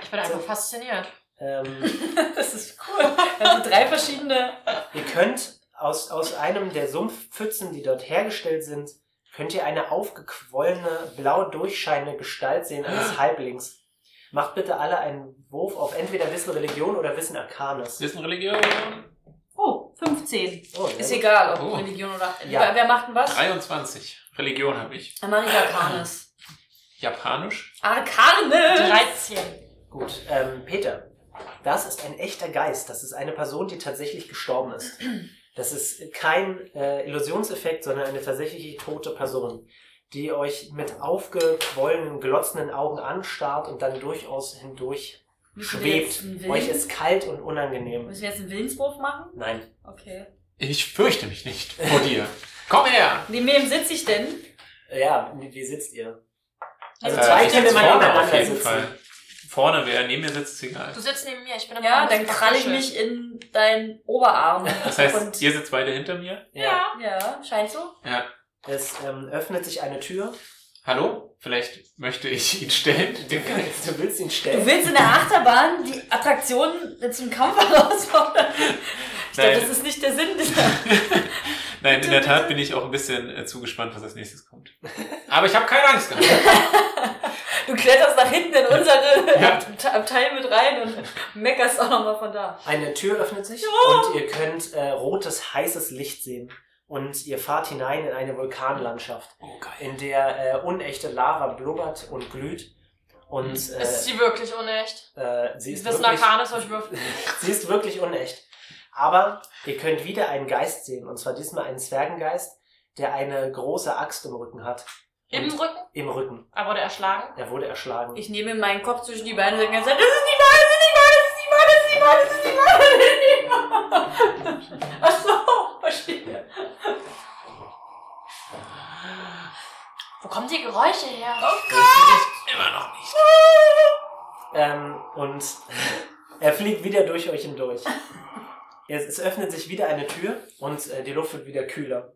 Ich bin einfach fasziniert.
ähm,
Das ist cool. Also drei verschiedene.
ihr könnt aus, aus einem der Sumpfpfützen, die dort hergestellt sind, könnt ihr eine aufgequollene, blau durchscheinende Gestalt sehen eines
Ah.
Halblings. Macht bitte alle einen Wurf auf entweder Wissen Religion oder Wissen Arcanes.
Wissen Religion?
Oh, 15.
Oh, sehr
Ist
gut.
egal, ob
Oh.
Religion oder.
Ja.
Wer- Wer macht denn was?
23. Religion habe ich.
Amerika Arcanis.
Japanisch?
Äh.
Arcanis!
Äh,
13.
Gut, ähm, Peter, das ist ein echter Geist. Das ist eine Person, die tatsächlich gestorben ist. Das ist kein äh, Illusionseffekt, sondern eine tatsächliche tote Person, die euch mit aufgequollenen, glotzenden Augen anstarrt und dann durchaus hindurch
Müssen wir
schwebt.
jetzt einen
Euch
Willens-
ist kalt und unangenehm.
müssen wir jetzt einen Willenswurf machen?
Nein.
Okay.
Ich fürchte mich nicht vor dir. Komm her!
Neben wem sitze ich denn?
Äh, Ja, wie sitzt ihr? Also
Äh,
zwei
ich
Themen
sitz vorne
nebeneinander
auf jeden
sitzen.
Fall. Vorne, wer neben mir sitzt, ist egal.
Du sitzt neben mir, ich bin am
Ja,
Abend
dann kralle ich mich in deinen Oberarm.
Das heißt,
Und-
ihr sitzt beide hinter mir.
Ja.
Ja, scheint so.
Ja.
Es ähm, öffnet sich eine Tür.
Hallo? Vielleicht möchte ich ihn stellen, den Geist.
Du willst ihn stellen.
Du willst in der Achterbahn die Attraktionen zum Kampf herausfordern? Ich glaube,
Nein.
das ist nicht der Sinn dieser.
Nein, in der Tat bin ich auch ein bisschen äh, zugespannt, was als nächstes kommt. Aber ich habe keine Angst gehabt.
Du kletterst nach hinten in unsere
Ja.
Abt- Abteil mit rein und meckerst auch nochmal von da.
Eine Tür öffnet sich und ihr könnt äh, rotes, heißes Licht sehen. Und ihr fahrt hinein in eine Vulkanlandschaft,
Oh, geil.
in der äh, unechte Lava blubbert und glüht.
Mhm.
Und äh,
Ist sie wirklich unecht?
äh, sie,
Sie ist
ist
wissen
wirklich,
Arcanes, soll ich würfeln?
sie ist wirklich unecht. Aber ihr könnt wieder einen Geist sehen, und zwar diesmal einen Zwergengeist, der eine große Axt im Rücken hat.
Im
Und-
Rücken?
Im Rücken.
Er wurde erschlagen.
Er wurde erschlagen.
Ich nehme meinen Kopf zwischen die Beine und sage ganz laut, das ist nicht wahr, das ist nicht wahr, das ist nicht wahr, das ist nicht wahr, das ist nicht wahr, das ist nicht wahr. Ach so, verstehe.
Wo kommen die Geräusche her?
Das will ich immer noch nicht.
Ähm, und er fliegt wieder durch euch hindurch. Es, es öffnet sich wieder eine Tür und äh, die Luft wird wieder kühler.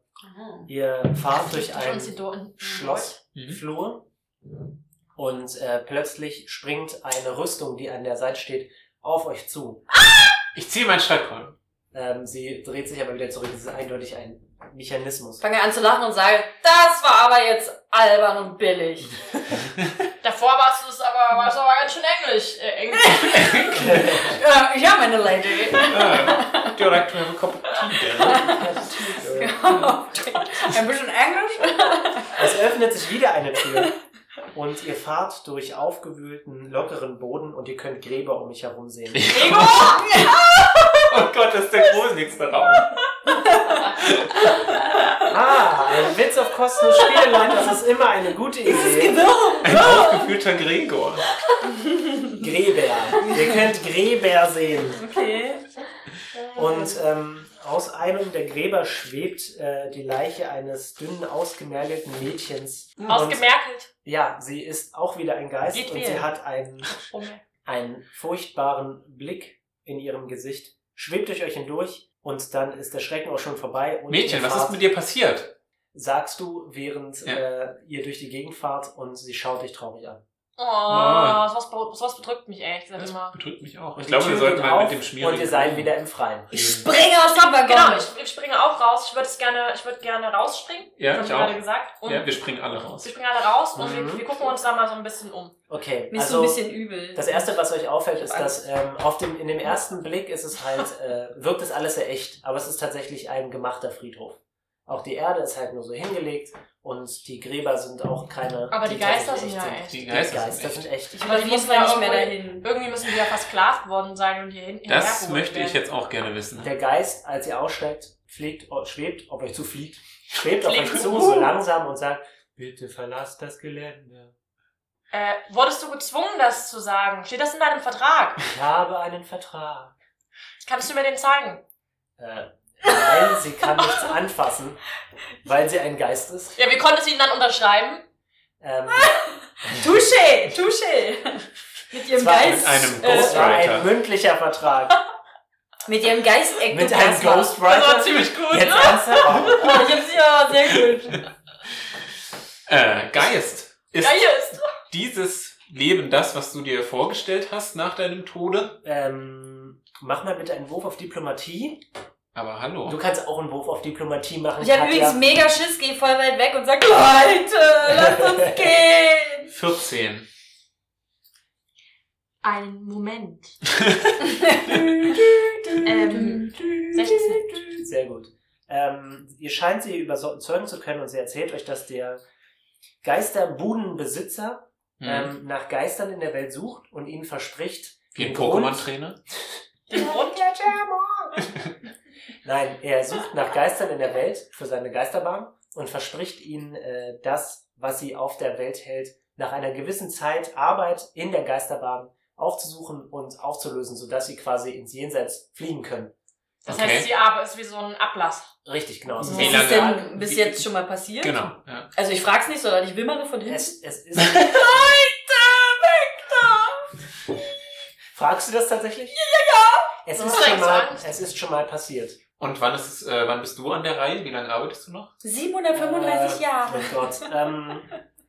Ihr fahrt durch
Tut
ein
uns die Do- in-
Schlossflur
Mhm.
und äh, plötzlich springt eine Rüstung, die an der Seite steht, auf euch zu.
Ich ziehe meinen Stadtkolben.
Ähm, sie dreht sich aber wieder zurück. Es ist eindeutig ein Mechanismus.
Fange an zu lachen und sage, das war aber jetzt albern und billig.
Davor warst du es aber, warst aber ganz schön englisch. Äh, englisch.
Äh, ja, meine Lady.
Ah, do you like to have a cup of tea then?
Äh,
Ein bisschen Englisch.
Es öffnet sich wieder eine Tür und ihr fahrt durch aufgewühlten, lockeren Boden und ihr könnt Gräber um mich herum sehen.
Oh Gott, das ist der gruseligste Raum.
Ah, ein Witz auf Kosten des Spieleleiters ist immer eine gute Idee.
Ein aufgefühlter Gregor.
Gräber. Ihr könnt Gräber sehen.
Okay.
Und ähm, aus einem der Gräber schwebt äh, die Leiche eines dünnen, ausgemergelten Mädchens. Und,
Ausgemerkelt.
ja, sie ist auch wieder ein Geist
Geht
und
wählen.
sie hat einen,
oh
einen furchtbaren Blick in ihrem Gesicht. Schwebt durch euch hindurch und dann ist der Schrecken auch schon vorbei. Und
Mädchen,
ihr
was ist
fahrt-
mit dir passiert?
Sagst du, während
Ja.
äh, ihr durch die Gegend fahrt und sie schaut dich traurig an.
Oh,
Ah.
sowas, be- sowas bedrückt mich ehrlich gesagt
Das
immer.
bedrückt mich auch. Ich
Die
glaube,
Tür
wir sollten
geht
mal
auf
mit dem Schmieren.
Und ihr seid wieder im Freien.
Ich springe aus dem Waggon.
Genau, ich, ich springe auch raus. Ich würde es gerne, ich würde gerne rausspringen.
Ja,
hab
ich
ich
auch.
gerade gesagt. Und
Ja, wir springen alle raus.
wir springen alle raus und
Mhm.
wir, wir gucken uns da mal so ein bisschen um.
Okay,
Mir ist so
also
ein bisschen übel.
das erste, was euch auffällt, ist,
hab
dass ähm, auf dem, in dem ersten Blick ist es halt, äh, wirkt es alles sehr echt, aber es ist tatsächlich ein gemachter Friedhof. Auch die Erde ist halt nur so hingelegt und die Gräber sind auch keine.
Aber die Geister sind ja echt.
Die
Die Geister,
Geister sind
sind
echt.
echt.
Aber ich
Wir
muss
müssen
mal
ja
nicht mehr
irgendwo-
dahin.
Irgendwie müssen wir ja versklavt worden sein und hier hinten.
Das möchte ich jetzt auch gerne wissen.
Der Geist, als ihr aussteigt, fliegt, oh, schwebt auf euch zu, fliegt, schwebt auf
Fliegt.
euch zu, so langsam und sagt, bitte verlasst das Gelände.
Äh, wurdest du gezwungen, das zu sagen? Steht das in deinem Vertrag?
Ich habe einen Vertrag.
Kannst du mir den zeigen?
Äh, nein, sie kann nichts anfassen, weil sie ein Geist ist.
Ja, wir konnten es ihnen dann unterschreiben.
Ähm,
Touché, touché. Mit ihrem
Zwar
Geist. äh,
mit einem
es war
Ghostwriter.
Äh, ein mündlicher Vertrag
mit ihrem Geist eck
mit einem Ghostwriter.
ziemlich gut,
Jetzt
ne?
ernsthaft?
Ich hab's ja sehr gut.
Äh, Geist. Ist
Ja, hier ist.
dieses Leben das, was du dir vorgestellt hast nach deinem Tode?
Ähm, mach mal bitte einen Wurf auf Diplomatie.
Aber hallo.
Du kannst auch einen Wurf auf Diplomatie machen.
Ich hab
Katja.
übrigens mega Schiss, geh voll weit weg und sag, Leute, lasst uns gehen.
14.
Einen Moment. ähm, 16.
Sehr gut. Ähm, ihr scheint sie überzeugen zu können und sie erzählt euch, dass der Geisterbudenbesitzer
Hm.
ähm, nach Geistern in der Welt sucht und ihnen verspricht,
Wie ein
den Grund-
Pokémon-Trainer?
Den Grund?
Nein, er sucht nach Geistern in der Welt für seine Geisterbahn und verspricht ihnen äh, das, was sie auf der Welt hält, nach einer gewissen Zeit Arbeit in der Geisterbahn aufzusuchen und aufzulösen, sodass sie quasi ins Jenseits fliegen können.
Das
Okay.
heißt, die Abe ist wie so ein Ablass.
Richtig, genau. Es ist-
Wie
Was
lange-
ist denn bis
wie-
jetzt schon mal passiert?
Genau. Ja.
Also ich frag's nicht, sondern ich wimmere von hinten.
Es, es ist. Leute, weg Fragst du das tatsächlich? Ja, ja, ja. Es
Du
ist,
hast
schon
echt
mal,
Angst.
es ist schon mal passiert.
Und wann ist es, äh, wann bist du an der Reihe? Wie lange arbeitest du noch?
735
Äh,
Jahre.
Mein Gott. Ähm,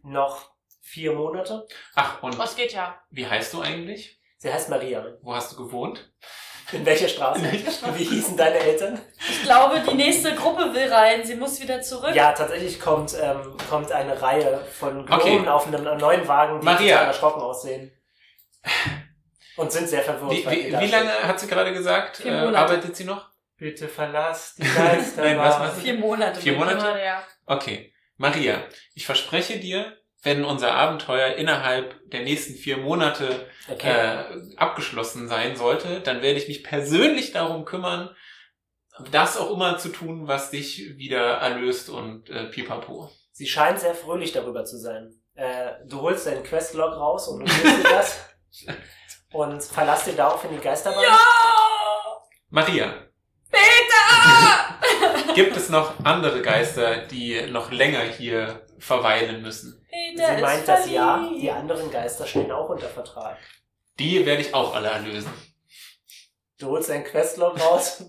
noch vier Monate.
Ach, und
Das geht ja.
wie heißt du eigentlich?
Sie heißt Maria.
Wo hast du gewohnt?
In welcher Straße?
In welcher
Wie hießen deine Eltern?
Ich glaube, die nächste Gruppe will rein. Sie muss wieder zurück.
Ja, tatsächlich kommt, ähm, kommt eine Reihe von Gnomen
Okay.
auf einem neuen Wagen, die
Maria.
total erschrocken aussehen. Und sind sehr verwirrt.
Wie,
weil ihr
wie,
da
wie
steht.
lange hat sie gerade gesagt? Äh,
Vier Monate.
arbeitet sie noch?
Bitte verlass die
Nein, was, was?
Geisterbahn.
Vier Monate.
Vier Monate?
Immer der.
Okay. Maria, ich verspreche dir, wenn unser Abenteuer innerhalb der nächsten vier Monate
okay.
äh, abgeschlossen sein sollte, dann werde ich mich persönlich darum kümmern, das auch immer zu tun, was dich wieder erlöst und äh, pipapo.
Sie scheint sehr fröhlich darüber zu sein. Äh, du holst deinen Questlog raus und notierst dir das. Und verlasst dir daraufhin die Geisterbahn.
Maria. Peter! gibt es noch andere Geister, die noch länger hier verweilen müssen?
Peter
Sie meint das ja, die anderen Geister stehen auch unter Vertrag.
Die werde ich auch alle erlösen.
Du holst deinen Questlog raus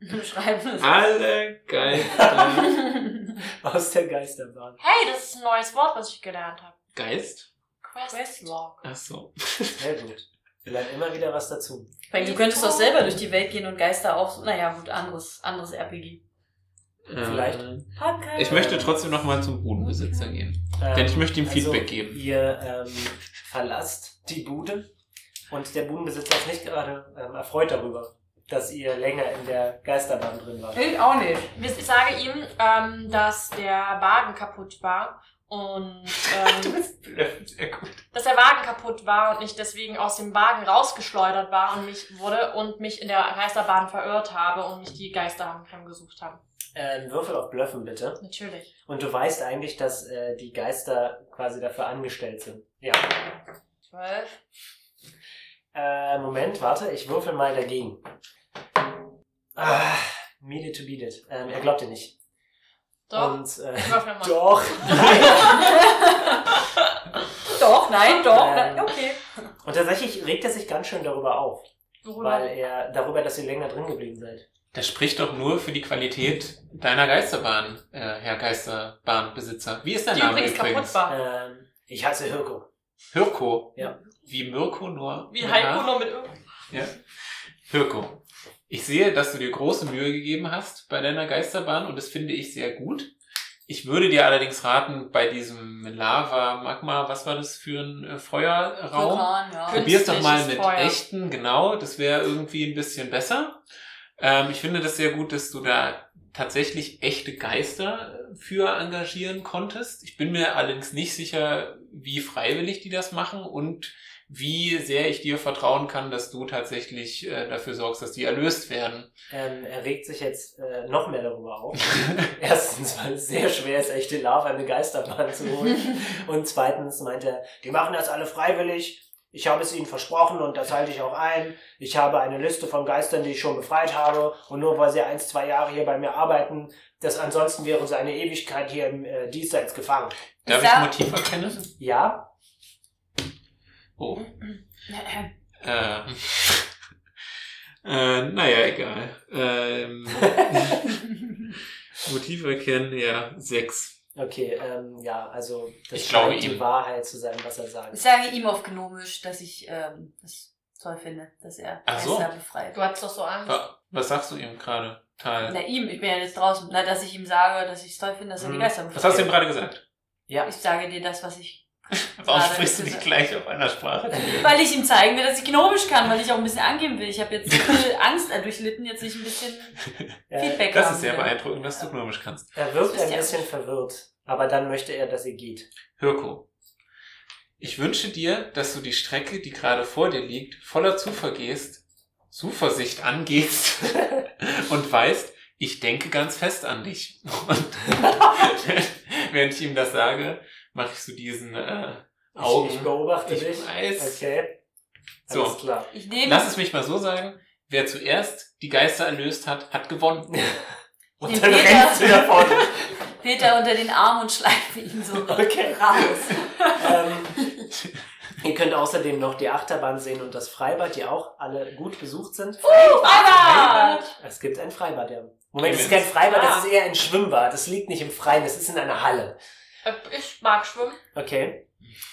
Schreiben
Alle Geister.
es.
aus der Geisterbahn.
Hey, das ist ein neues Wort, was ich gelernt habe.
Geist?
Questlog.
Ach so.
Sehr gut. Wir lernen immer wieder was dazu.
Du könntest doch selber durch die Welt gehen und Geister auf. Naja, gut, anderes, anderes RPG.
Vielleicht.
Ähm,
Podcast.
Ich möchte trotzdem nochmal zum Budenbesitzer gehen.
Ähm,
Denn ich möchte ihm Feedback geben.
Ihr ähm, verlasst die Bude und der Budenbesitzer ist nicht gerade ähm, erfreut darüber, dass ihr länger in der Geisterbahn drin wart.
Ich auch nicht.
Ich sage ihm, ähm, dass der Wagen kaputt war und ähm,
Sehr gut.
dass der Wagen kaputt war und ich deswegen aus dem Wagen rausgeschleudert war und mich wurde und mich in der Geisterbahn verirrt habe und mich die Geister haben heimgesucht haben.
Ähm, Würfel auf Blöffen bitte.
Natürlich.
Und du weißt eigentlich, dass äh, die Geister quasi dafür angestellt sind. Ja.
Zwölf.
Äh, Moment, warte, ich würfel mal dagegen. Ah, meet it to beat it. Ähm, er glaubt dir nicht.
Doch.
Und, äh,
Ich Würfel mal.
doch. Nein.
Doch, nein, doch. nein,
Ähm.
okay.
Und tatsächlich regt er sich ganz schön darüber auf.
Worüber?
Weil er darüber, dass ihr länger drin geblieben seid.
Das spricht doch nur für die Qualität deiner Geisterbahn, äh, Herr Geisterbahnbesitzer. Wie ist dein
Die
Name
übrigens kaputt
übrigens?
war.
Ah.
Ähm, ich heiße Hirko.
Hirko.
Ja.
Wie Mirko nur.
Wie
mit
Heiko
H?
nur mit Ö.
Hirko. Ich sehe, dass du dir große Mühe gegeben hast bei deiner Geisterbahn und das finde ich sehr gut. Ich würde dir allerdings raten, bei diesem Lava, Magma, was war das für ein äh, Feuerraum?
Vulkan, ja.
Künstliches
Probier's doch mal mit
Feuer.
echten, genau. Das wäre irgendwie ein bisschen besser. Ähm, ich finde das sehr gut, dass du da tatsächlich echte Geister äh, für engagieren konntest. Ich bin mir allerdings nicht sicher, wie freiwillig die das machen und wie sehr ich dir vertrauen kann, dass du tatsächlich äh, dafür sorgst, dass die erlöst werden.
Ähm, er regt sich jetzt äh, noch mehr darüber auf. Erstens, weil es sehr schwer ist, echte Lava in eine Geisterbahn zu holen. Und zweitens meint er, die machen das alle freiwillig. Ich habe es ihnen versprochen und das halte ich auch ein. Ich habe eine Liste von Geistern, die ich schon befreit habe. Und nur weil sie ein, zwei Jahre hier bei mir arbeiten, das ansonsten wären sie eine Ewigkeit hier im äh, Diesseits gefangen.
Darf ich
sag-
ein Motiv erkennen?
Ja,
Oh. Ähm. Äh, naja, egal. Ähm. Motiv erkennen, ja, sechs.
okay, ähm, ja, also das
Ich glaube
scheint die
ihm.
Wahrheit zu sein, was er sagt.
Ich sage ihm auf Gnomisch, dass ich ähm, das toll finde, dass er
Ach so.
Esther befreit.
Du hattest doch so Angst.
Wa- Was sagst du ihm gerade, Tal?
Na ihm, ich bin ja jetzt draußen. Na, dass ich ihm sage, dass ich es toll finde, dass er die
Hm.
Geister befreit.
Was hast du ihm gerade gesagt?
Ja,
Ich sage dir das, was ich.
Warum
Gerade
sprichst du
ist
nicht
es-
gleich auf einer Sprache?
Weil ich ihm zeigen will, dass ich Gnomisch kann, weil ich auch ein bisschen angeben will. Ich habe jetzt so viel Angst äh, durchlitten, jetzt nicht ein bisschen
äh,
Feedback
Das
haben
ist sehr
will.
beeindruckend, dass du Gnomisch kannst.
er wirkt
Das ist
ein
ja-
bisschen verwirrt, aber dann möchte er, dass ihr geht.
Hirko, ich wünsche dir, dass du die Strecke, die gerade vor dir liegt, voller Zuvergehst, Zuversicht angehst und weißt, ich denke ganz fest an dich. Und während ich ihm das sage, mache ich so diesen äh,
Ich,
Augen.
ich beobachte
Ich
dich.
weiß.
Okay.
So.
Alles klar.
Ich nehme
Lass es mich mal so sagen, wer zuerst die Geister erlöst hat, hat gewonnen.
Den
Und dann
Peter-
rennst du davon.
Peter unter den Arm und schleife ihn so
Okay.
raus.
ähm, ihr könnt außerdem noch die Achterbahn sehen und das Freibad, die auch alle gut besucht sind.
Freibad!
Es gibt ein Freibad, ja. Moment, es ist kein
Clemens.
Freibad,
Ah.
das ist eher ein Schwimmbad. Das liegt nicht im Freien, das ist in einer Halle.
Äh, Ich mag schwimmen.
Okay.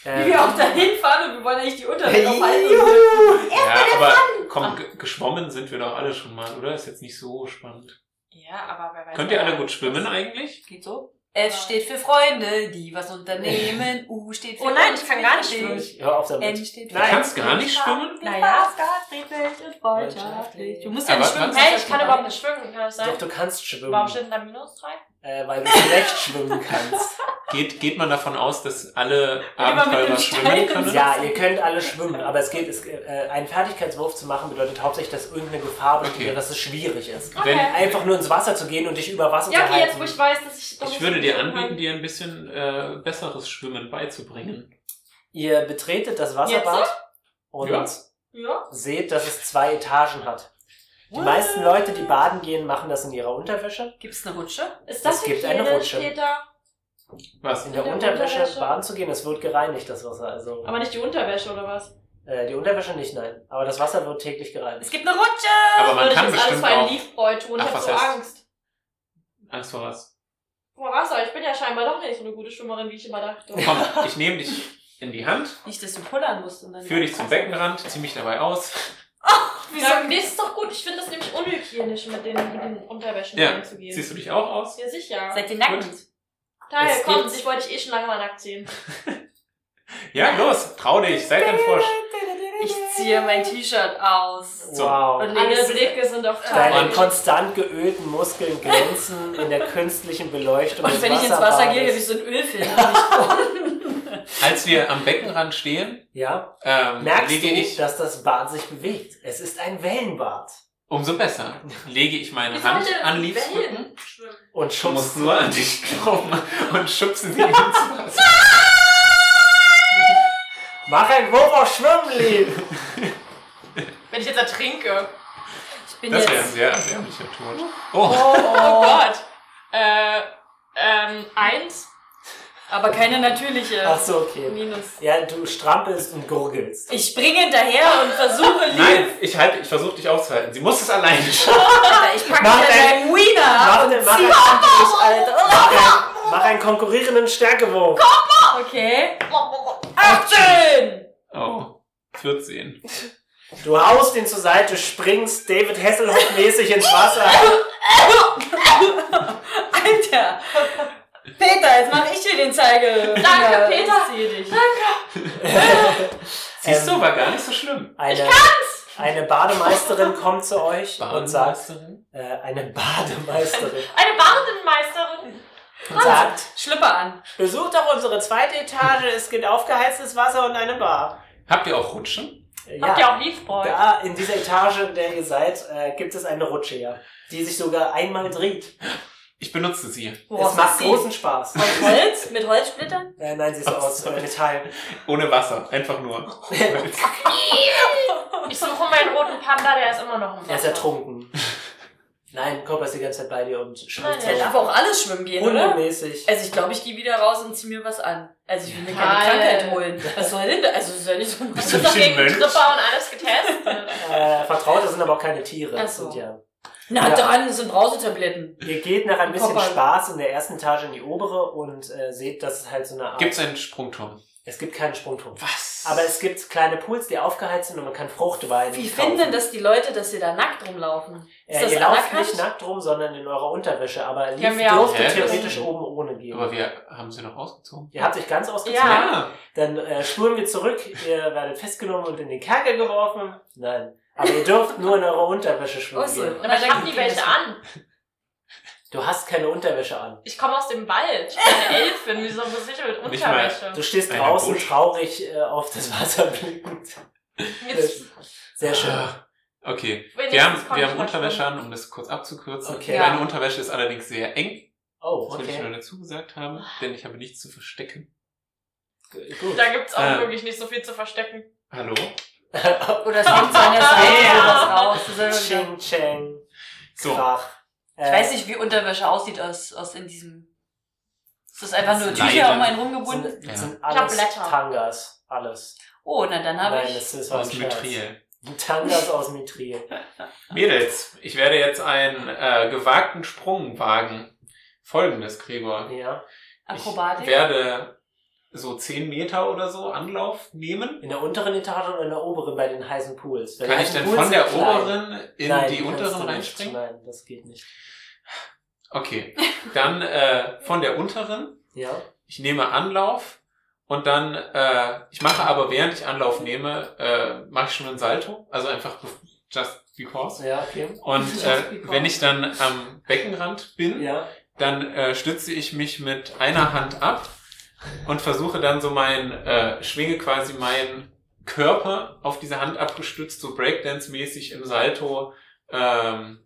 Ähm,
Wie wir auch dahin fahren und wir wollen eigentlich die Unterwelt aufhalten.
Juhu!
Ja, aber komm, ge- geschwommen sind wir doch alle schon mal, oder? Ist jetzt nicht so spannend.
Ja, aber wer weiß.
Könnt ihr alle gut schwimmen eigentlich?
Geht so. S steht für Freunde, die was unternehmen. U steht für
Oh nein, ich kann gar nicht
unfriedlich.
schwimmen.
Hör auf
N
damit.
steht für
Du kannst gar nicht schwimmen?
Naja, friedlich und freundschaftlich. Du musst ja
Aber
nicht schwimmen.
was-
Hey, ich kann überhaupt nicht schwimmen, kann das sein?
Doch, du kannst schwimmen.
Warum steht denn da minus drei?
Äh, weil du schlecht schwimmen kannst.
Geht, geht man davon aus, dass alle
Immer mit
Abenteurer
dem
schwimmen
Stein
können?
Ja, ihr könnt alle schwimmen, aber es geht, es, äh, einen Fertigkeitswurf zu machen bedeutet hauptsächlich, dass irgendeine Gefahr besteht
Okay.
oder dass es schwierig ist.
Wenn,
Okay.
Einfach nur ins Wasser zu gehen und dich über Wasser
Ja,
zu
okay,
halten.
jetzt wo ich weiß, dass ich.
ich würde dir anbieten, dir ein bisschen äh, besseres Schwimmen beizubringen.
Ihr betretet das Wasserbad und
Ja.
Ja.
seht, dass es zwei Etagen hat. Die meisten Leute, die baden gehen, machen das in ihrer Unterwäsche.
Gibt's eine Rutsche?
Ist das
Es gibt
Hygiene,
eine Rutsche.
steht da?
Was?
In der,
der
Unterwäsche,
Unterwäsche?
baden zu gehen, es wird gereinigt, das Wasser. Also
Aber nicht die Unterwäsche oder was?
äh, die Unterwäsche nicht, nein. Aber das Wasser wird täglich gereinigt.
Es gibt eine Rutsche!
Aber man
Würde
kann
ich jetzt alles
bestimmt
für einen
auch...
Liefbräu tun.
Ach,
Ich hab
was
so
heißt-
Angst.
Angst vor was?
Guck mal, Wasser, ich bin ja scheinbar doch nicht so eine gute Schwimmerin, wie ich immer dachte.
Komm, ich nehme dich in die Hand,
Nicht, dass Also du pullern musst und dann.
führe dich zum Beckenrand, zieh mich dabei aus
Wieso?
Ja, nee, ist doch gut. Ich finde das nämlich unhygienisch, mit den, mit den Unterwäschen
Ja.
reinzugehen.
Siehst du dich auch aus?
Ja, sicher.
Seid ihr nackt?
Daher
Jetzt
kommt's.
geht's.
Ich wollte dich eh schon lange mal nackt sehen.
Ja, los, trau dich, sei kein Frosch.
Ich ziehe mein T-Shirt aus.
So.
Wow.
Und
Alle
links-
Blicke sind auf
Deine
Tarek.
Äh, konstant geölten Muskeln glänzen in der künstlichen Beleuchtung
Und
des
wenn ich ins Wasser gehe,
Wasserbades.
habe ich so einen Ölfilm.
Als wir am Beckenrand stehen,
Ja,
ähm,
merkst
lege
du,
ich,
dass das Bad sich bewegt. Es ist ein Wellenbad.
umso besser, lege ich meine Hand an Leaves Rücken.
Und
Du musst
schubst
nur an dich glauben und schubsen sie ins Wasser.
Mach einen Wurf auf Schwimmen, Lieb.
Wenn ich jetzt ertrinke.
Ich bin
Das wäre ein
jetzt.
sehr erbärmlicher Tod. Oh,
Oh,
Oh
oh.
Gott. Äh, ähm, eins.
Aber keine natürliche.
Ach so, okay.
Minus.
Ja, du strampelst und gurgelst.
Ich springe hinterher und versuche
nein, ich halte, ich versuche dich aufzuhalten. Sie muss es alleine schaffen.
Alter, ich packe
Mach
mir
dein-
deinen Wiener
Mach,
und
den, mach, einen,
ziehe
mach,
Alter.
einen, mach einen konkurrierenden Stärkewurf.
Okay. 18!
Oh, 14.
Du haust ihn zur Seite, springst David Hasselhoff-mäßig ins Wasser.
Alter! Peter, jetzt mach ich dir den Zeige.
Danke,
Ja,
Peter.
ich ziehe dich.
Siehst
Ähm,
du, war gar nicht so schlimm.
Eine, eine Bademeisterin kommt zu euch und sagt, äh, eine Bademeisterin,
Eine Badenmeisterin.
und sagt,
Schlüpper an.
besucht doch unsere zweite Etage, es gibt aufgeheiztes Wasser und eine Bar.
Habt ihr auch Rutschen?
Äh,
Habt ihr auch Liefbräu?
Da, in dieser Etage, in der ihr seid, äh, gibt es eine Rutsche, ja. Die sich sogar einmal dreht.
Ich benutze sie.
es macht großen Spaß.
Mit Holz? Mit Holzsplittern?
Äh, nein, sie ist aus äh, Metall.
Ohne Wasser, einfach nur.
Ich suche meinen roten Panda, der ist immer noch im
Er ist
Wasser.
ertrunken. Nein, Copper ist die ganze Zeit bei dir und schwimmt
Nein,
Der
so
darf auch alles schwimmen gehen, oder?
hundemäßig.
Also ich glaube, ich gehe wieder raus und zieh mir was an. Also ich will mir keine
Total.
Krankheit holen. Was soll denn da? Also soll ich so
Bist
Ich
du
hab doch
nicht ein
gegen
Mönch?
Grippe und alles getestet.
Äh, Vertraute sind aber auch keine Tiere.
Ach
Das
so.
sind ja.
Na
Ja.
dann, das sind Brausetabletten.
Ihr geht nach ein bisschen
Copper.
Spaß in der ersten Etage in die obere und äh, seht, dass es halt so eine Art.
Gibt's einen Sprungturm?
es gibt keinen Sprungturm.
Was?
Aber es gibt kleine Pools, die aufgeheizt sind und man kann Fruchtwein.
Wie
kaufen.
finden denn das die Leute, dass sie da nackt rumlaufen? Ist
Äh,
das
ihr lauft
anerkannt?
nicht nackt rum, sondern in eurer Unterwäsche. Aber
Ja,
Leaf
wir auch.
dürfte
Hä?
theoretisch
Das-
oben ohne gehen.
Aber wir haben sie noch ausgezogen.
Ihr habt euch ganz ausgezogen.
Ja.
Dann äh, spulen wir zurück. Ihr werdet festgenommen und in den Kerker geworfen. Nein. Aber ihr dürft nur in eurer Unterwäsche schwimmen.
Oh, so.
gehen.
Aber ich hab nie welche an.
Du hast keine Unterwäsche an.
Ich komme aus dem Wald. Ich bin eine Elfin. Wieso muss ich denn mit
Nicht mal.
Unterwäsche?
Du stehst
Eine
draußen
Busch.
traurig äh, auf das Wasser blickend.
Jetzt,
Sehr schön.
Ah, Okay. Wir
wenigstens
haben,
komm
wir
ich
haben
mal
Unterwäsche
schwimmen.
an, um das kurz abzukürzen.
Okay.
Meine Unterwäsche ist allerdings sehr eng,
Oh,
das will ich nur
okay.
dazu gesagt haben, denn ich habe nichts zu verstecken.
G- Gut.
Da gibt's auch
Äh.
wirklich nicht so viel zu verstecken.
Hallo?
Oder es kommt so an der Seite
Ja.
was raus. Das soll-
Ching, chang.
So.
Krach. Äh,
Ich weiß nicht, wie Unterwäsche aussieht aus, aus in diesem. Ist das einfach nur
Leine.
Tücher um einen rumgebunden?
Sind,
Ja.
sind
hab
alles
Blätter.
Tangas. Alles.
Oh, na dann habe
Nein,
ich.
das ist
Aus
ein Scherz.
Mithril.
Tangas aus Mithril.
Mädels, ich werde jetzt einen äh, gewagten Sprung wagen. Folgendes, Gregor.
Ja.
Akrobatik.
Ich werde so 10 Meter oder so Anlauf nehmen.
In der unteren Etage und in der oberen bei den heißen Pools. Weil die
Kann ich
heißen
denn
Pools
von
sind
der
klein.
oberen in
Nein,
die
kannst
unteren
du nicht.
reinspringen?
Nein, das geht nicht.
Okay, dann äh, von der unteren.
Ja.
Ich nehme Anlauf und dann, äh, ich mache aber während ich Anlauf nehme, äh, mache ich schon einen Salto. Also einfach just because.
Ja, okay.
Und äh, wenn ich dann am Beckenrand bin,
Ja.
dann äh, stütze ich mich mit einer Hand ab und versuche dann so mein, äh, schwinge quasi meinen Körper auf diese Hand abgestützt, so Breakdance-mäßig im Salto ähm,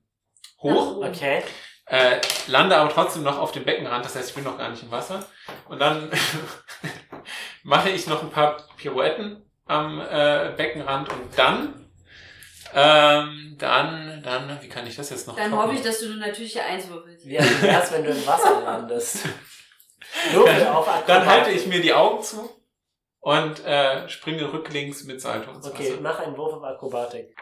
hoch.
Okay.
Äh, lande aber trotzdem noch auf dem Beckenrand, das heißt, ich bin noch gar nicht im Wasser. Und dann mache ich noch ein paar Pirouetten am äh, Beckenrand und dann, ähm, dann, dann, wie kann ich das jetzt noch
Dann
toppen?
hoffe ich, dass du eine natürliche Eins würfelst.
Wie wär's, wenn du im Wasser landest? Würfel auf Akrobatik.
Dann halte ich mir die Augen zu und äh, springe rücklings mit Salto ins
Okay,
Wasser.
mach einen Wurf auf Akrobatik.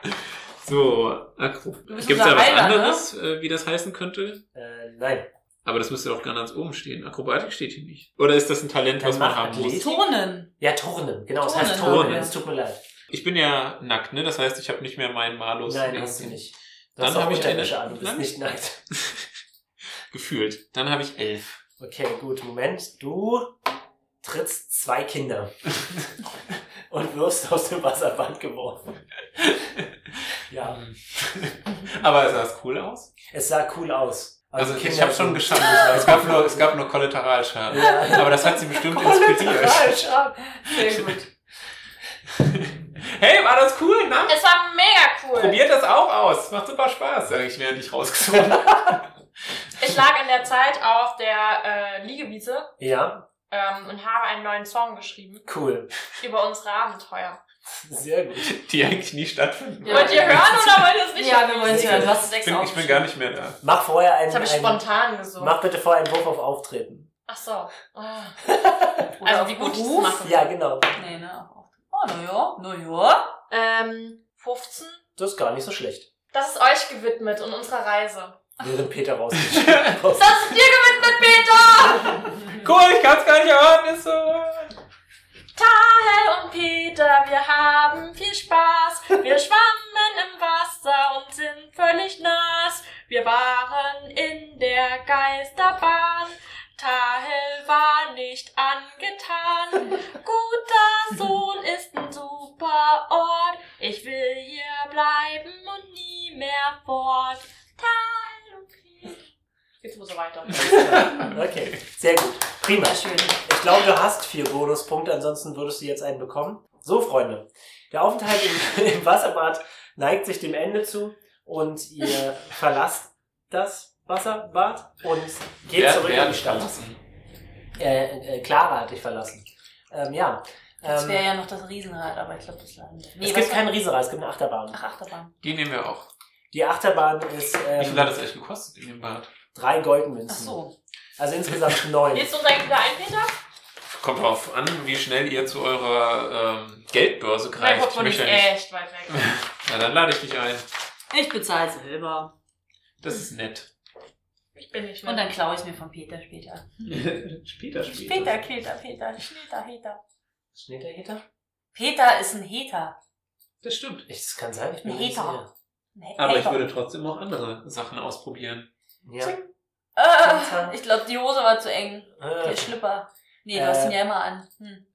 So, Akro.
bist
Gibt es
unser
da was
Heiler, ne?
anderes, äh, wie das heißen könnte?
Äh, nein.
Aber das müsste doch ganz oben stehen. Akrobatik steht hier nicht. Oder ist das ein Talent,
Dann
was man
mach
haben muss?
Athletik.
Turnen.
Ja, Turnen. Genau, es heißt
Turnen,
Turnen.
ja.
Es tut mir leid.
Ich bin ja nackt, ne? Das heißt, ich habe nicht mehr meinen Malus.
Nein, hast du nicht. Du
Dann
hast auch
habe ich eine-
Unterwäsche an, du bist
Nein.
nicht nackt.
Gefühlt. Dann habe ich elf.
Okay, gut, Moment. Du trittst zwei Kinder und wirst aus dem Wasserband geworfen. Ja,
Aber sah es cool aus?
es sah cool aus.
Also, ich
Kinder
habe schon
sind-
geschadet. Es gab nur, es gab nur Kollateralschaden.
Ja.
Aber das hat sie bestimmt inspiriert.
Sehr gut.
Hey, war das cool, ne?
Es war mega cool.
Probiert das auch aus. Macht super Spaß. Sag ich, während ich rausgezogen
Ich lag in der Zeit auf der äh, Liegewiese
Ja,
ähm, und habe einen neuen Song geschrieben
cool.
über unsere Abenteuer.
Sehr gut.
die eigentlich nie stattfinden.
Ja.
Wollt ihr hören oder wollt ihr es nicht
Ja,
hören?
wir wollen es hören. Du hast es
Ich
extra
bin, ich bin gar nicht mehr da.
Mach vorher einen.
Das habe ich
einen
spontan gesungen.
mach bitte vorher einen Wurf auf Auftreten.
Ach so. Ah.
aufgeschrieben. Oder
Also
auf
wie gut ich es
Beruf.
mache.
Ja, genau.
Nee, ne? auf- Oh, na ja, na ja.
Ähm, 15.
Das ist gar nicht so schlecht.
Das ist euch gewidmet und unserer Reise.
Während Peter raus.
Das ist dir gewidmet, Peter!
Cool, Oh, ich kann es gar nicht hören. Ist so.
Tahel und Peter, wir haben viel Spaß. Wir schwammen im Wasser und sind völlig nass. Wir waren in der Geisterbahn. Tahel war nicht angetan. Guter Sohn ist ein super Ort. Ich will hier bleiben und nie mehr fort. Tahel und Peter. Jetzt muss er weiter.
okay, sehr gut. Prima.
Sehr schön.
Ich glaube, du hast vier Bonuspunkte, ansonsten würdest du jetzt einen bekommen. So, Freunde, der Aufenthalt im, im Wasserbad neigt sich dem Ende zu und ihr verlasst das Wasserbad und geht
Wer-
zurück in
wer
die
hat
Stadt.
verlassen?
Äh, äh, Clara hat dich verlassen. Ähm, ja.
Das wäre
Ähm,
ja noch das Riesenrad, aber ich glaube, das lag nicht.
es
was
gibt
war-
keinen Riesenrad, es gibt eine Achterbahn.
Ach, Achterbahn.
Die nehmen wir auch.
Die Achterbahn ist
Wie viel hat
ähm,
das euch gekostet in dem Bad?
drei
Ach
Goldmünzen.
so.
Also insgesamt neun.
Willst du uns eigentlich wieder ein, Peter?
Kommt drauf an, wie schnell ihr zu eurer ähm, Geldbörse
Mein
greift. Ich
Portemonnaie ist
möchte ja nicht.
echt weit weg.
Na, dann lade ich dich ein.
Ich bezahle selber.
Das ist nett.
Ich bin nicht
Und dann klaue ich mir von Peter später.
später,
Peter, Peter, Peter, Peter, Peter.
Schneeter Heter?
Peter ist ein Heter.
Das stimmt.
Ich, das kann sein, ich bin
Ein
mir nicht
Heter.
sicher.
Ein He-
Aber ich
Heter.
würde trotzdem auch andere Sachen ausprobieren.
Ja.
Äh, ich glaube, die Hose war zu eng.
Äh,
Der Schlüpper. Nee, du
Äh.
hast ihn ja immer an. Hm.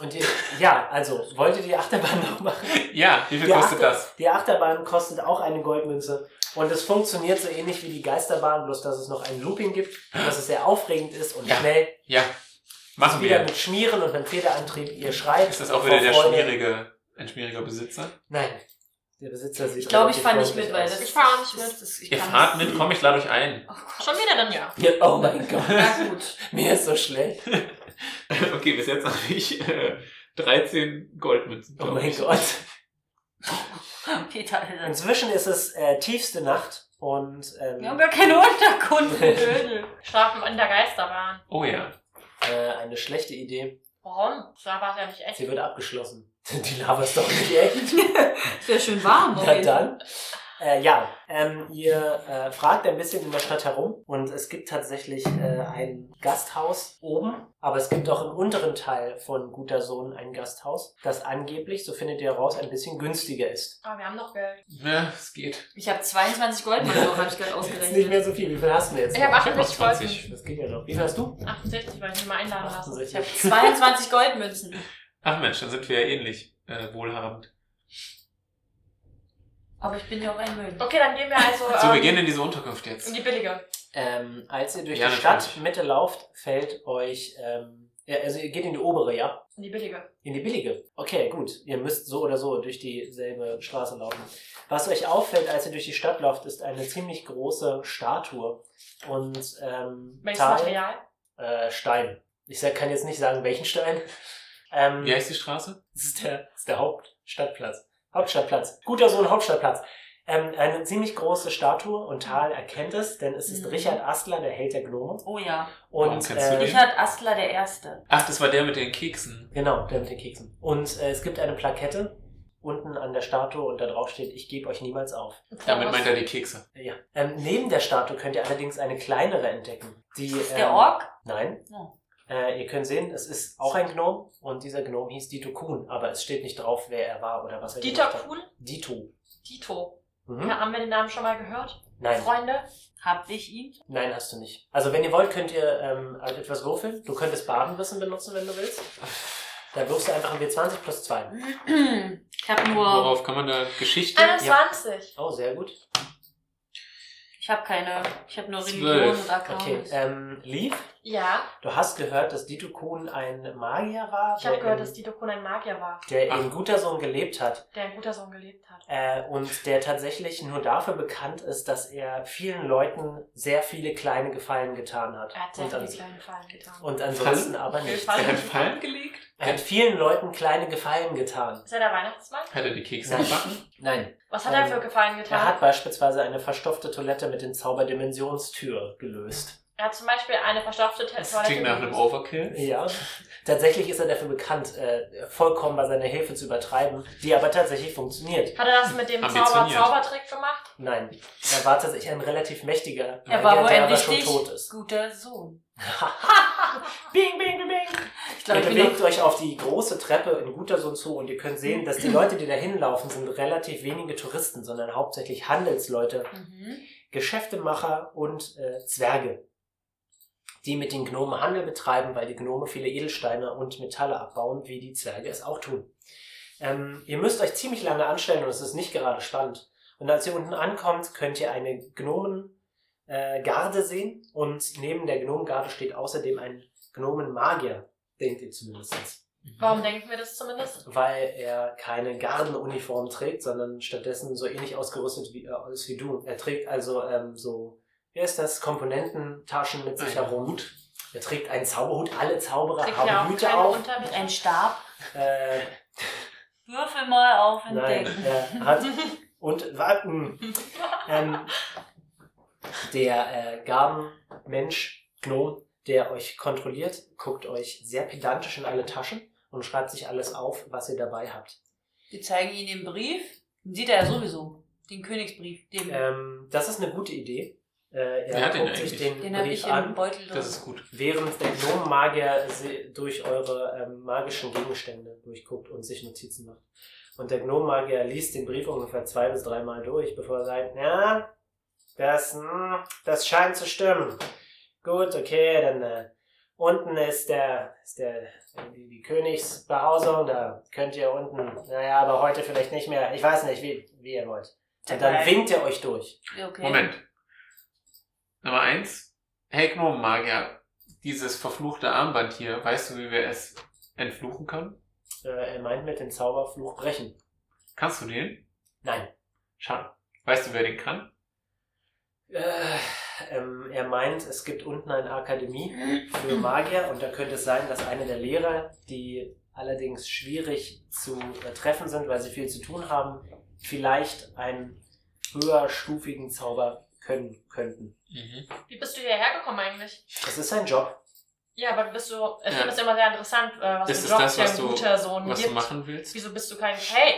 Und ihr, ja, also, wollt ihr die Achterbahn noch machen?
Ja, wie viel
Die
kostet
Achter-
das?
Die Achterbahn kostet auch eine Goldmünze. Und es funktioniert so ähnlich wie die Geisterbahn, bloß dass es noch ein Looping gibt, und dass es sehr aufregend ist und
Ja.
schnell.
Ja, machen
Wieder
wir.
mit Schmieren und einem Federantrieb. Ihr schreit.
Ist das auch
vor
wieder der
Freude.
schmierige, ein schmieriger Besitzer?
Nein. Der Besitzer sieht
Ich glaube, ich
relativ
fahre nicht
freundlich
mit, weil
aus.
das.
Ich fahr auch nicht
das-
mit.
das- ich
Ihr
kann
fahrt
das-
mit, komm, ich lade euch ein.
Oh Gott.
Schon wieder dann ja.
Ja, oh mein Gott,
Na gut.
mir ist so schlecht.
Okay, bis jetzt habe ich äh, 13 Goldmünzen.
Oh
glaub
mein
ich.
Gott.
Peter, Alter.
Inzwischen ist es äh, tiefste Nacht und ähm,
Wir haben gar keine Unterkunft.
Schlafen in der Geisterbahn.
Oh ja.
äh, eine schlechte Idee.
Warum? Schlaf war ja nicht echt.
Sie wird abgeschlossen. Die Lava ist doch nicht echt.
Es wäre schön warm. auf
Na
jeden Fall.
dann. Äh, ja, ähm, ihr äh, fragt ein bisschen in der Stadt herum und es gibt tatsächlich äh, ein Gasthaus oben, aber es gibt auch im unteren Teil von Guter Sohn ein Gasthaus, das angeblich, so findet ihr heraus, ein bisschen günstiger ist.
Aber Ah, wir haben noch Geld.
Na, es geht.
Ich habe 22 Goldmünzen, noch, habe ich gerade
Das ist nicht
ausgerechnet.
mehr so viel. Wie viel hast du denn jetzt?
Ich habe
noch?
Ich hab noch
68 Gold.
20.
Das geht ja noch. Wie viel hast du?
68, weil ich mich mal einladen lasse.
Ich habe 22 Goldmünzen.
Ach Mensch, dann sind wir ja ähnlich äh, wohlhabend.
Aber ich bin ja auch ein Müll.
Okay, dann gehen wir also
So, wir
ähm,
gehen in diese Unterkunft jetzt.
in die billige.
Ähm, als ihr durch
Ja,
die
natürlich.
Stadtmitte lauft, fällt euch, ähm, ja, also ihr geht in die obere, ja?
In die billige.
In die billige. Okay, gut. Ihr müsst so oder so durch dieselbe Straße laufen. Was euch auffällt, als ihr durch die Stadt lauft, ist eine ziemlich große Statue. Und ähm,
Welches
Tal,
Material?
äh, Stein. Ich sag, kann jetzt nicht sagen, welchen Stein. Ähm,
Wie heißt die Straße?
Das ist der, das ist der Hauptstadtplatz. Hauptstadtplatz. Guter Sohn, Hauptstadtplatz. Ähm, eine ziemlich große Statue und Tal erkennt es, denn es ist
Mhm.
Richard Astler, der Held der Gnome.
Oh ja.
Warum
Und äh,
kennst du den?
Richard Astler der Erste.
Ach, das war der mit den Keksen.
Genau, der mit den Keksen. Und äh, es gibt eine Plakette unten an der Statue und da drauf steht, ich gebe euch niemals auf. Äh,
Damit meint er die Kekse.
Ja. Ähm, neben der Statue könnt ihr allerdings eine kleinere entdecken. Die,
Ist der
ähm,
Ork?
Nein.
No.
Äh, ihr könnt sehen, es ist auch ein Gnom und dieser Gnom hieß Dito Kuhn, aber es steht nicht drauf, wer er war oder was er
Dieter
gemacht hat.
Kuhn?
Dito.
Dito.
Hm?
Mhm.
Ja, haben wir den Namen schon mal gehört?
Nein,
Freunde?
Hab ich ihn?
nein, hast du nicht. Also wenn ihr wollt, könnt ihr ähm, halt etwas würfeln. Du könntest Badenwissen benutzen, wenn du willst. Dann wirfst du einfach ein W20 plus 2.
Ich hab nur.
Worauf kann man da Geschichte?
Ah,
21.
Oh, sehr gut.
Ich hab keine. Ich hab nur
Zwölf.
Religion und
Okay.
Accounts.
Ähm, Leaf,
Ja,
du hast gehört, dass Dito Kuhn ein Magier war,
ich habe
der,
gehört,
in,
dass Dito Kuhn ein Magier war,
der in
Ach.
guter Sohn gelebt hat.
der ein guter Sohn gelebt hat.
Äh, und der tatsächlich nur dafür bekannt ist, dass er vielen Leuten sehr viele kleine Gefallen getan hat.
Er hat sehr
und,
viele
ans
kleine Fallen getan.
und ansonsten
Fallen?
aber nicht.
Er hat Fallen gelegt?
Er hat vielen Leuten kleine Gefallen getan.
ist er der Weihnachtsmann?
Hat er die Kekse
Nein.
gebacken?
Nein.
Was hat er
Ähm,
für Gefallen getan?
Er hat beispielsweise eine verstopfte Toilette mit dem Zauber Dimensionstür gelöst.
Er hat zum Beispiel eine verstopfte Te-
Das klingt nach einem
gelöst.
Overkill.
halt Ja. Tatsächlich ist er dafür bekannt, äh, vollkommen bei seiner Hilfe zu übertreiben, die aber tatsächlich funktioniert.
Hat er das mit dem Zauber
Ambitioniert.
Zaubertrick gemacht?
Nein. Er war tatsächlich ein relativ mächtiger,
Er
Magier,
war wohl
der
ein
aber schon
richtig
tot ist.
guter Sohn.
Bing, bing, bing, bing.
Ich
Ihr
glaube, ich bin
bewegt
noch.
euch auf die große Treppe in Gutersohn zu und ihr könnt sehen, dass die Leute, die da hinlaufen, sind relativ wenige Touristen, sondern hauptsächlich Handelsleute,
Mhm.
Geschäftemacher und äh, Zwerge, die mit den Gnomen Handel betreiben, weil die Gnome viele Edelsteine und Metalle abbauen, wie die Zwerge es auch tun. Ähm, ihr müsst euch ziemlich lange anstellen und es ist nicht gerade spannend. Und als ihr unten ankommt, könnt ihr eine Gnomen äh, Garde sehen und neben der Gnomengarde steht außerdem ein Gnomenmagier, denkt ihr zumindest
Warum denken wir das zumindest?
weil er keine Gardenuniform trägt, sondern stattdessen so ähnlich ausgerüstet wie, äh, ist wie du. Er trägt also ähm, so, wie heißt das, Komponententaschen mit sich
Ein
herum. Er trägt einen Zauberhut, alle Zauberer
Kriegt er
haben
auch
Hüte
keine
auf.
Unterwäsche?
Ein Stab.
Äh,
Würfel mal auf
nein,
Entdecken.
er hat und warten. ähm, der äh, Gabenmensch, Gnome, der euch kontrolliert, guckt euch sehr pedantisch in alle Taschen und schreibt sich alles auf, was ihr dabei habt.
Wir zeigen ihm den Brief. Den sieht er ja sowieso. Den Königsbrief. Den,
Ähm, das ist eine gute Idee. Äh,
Wer
er
hat den
guckt sich
eigentlich?
den,
den habe
Brief
ich im
an,
Beutel drin.
Das ist gut.
während der Gnomenmagier sie durch eure ähm, magischen Gegenstände durchguckt und sich Notizen macht. Und der Gnomenmagier liest den Brief ungefähr zwei bis dreimal durch, bevor er sagt, ja, das, hm, das scheint zu stimmen. Gut, okay, dann äh, unten ist der, ist der die, die Königsbehausung, da könnt ihr unten, naja, aber heute vielleicht nicht mehr, ich weiß nicht, wie, wie ihr wollt. Und dann winkt er euch durch.
Okay.
Moment. Nummer eins. Hey Gnomenmagier, dieses verfluchte Armband hier, weißt du, wie wir es entfluchen können?
Äh, er meint mit dem Zauberfluch brechen.
Kannst du den?
Nein.
Schade. Weißt du, wer den kann?
Äh, ähm, er meint, es gibt unten eine Akademie für Magier und da könnte es sein, dass einer der Lehrer, die allerdings schwierig zu äh, treffen sind, weil sie viel zu tun haben, vielleicht einen höherstufigen Zauber können könnten.
Mhm.
Wie bist du hierher gekommen eigentlich?
Das ist sein Job.
Ja, aber bist du. Ich
Ja.
finde es immer sehr interessant, äh, was
Ist
für
es
Jobs
das,
dir
was
ein
du-
guter Sohn
Was du
gibt.
machen willst?
Wieso bist du kein. Hey!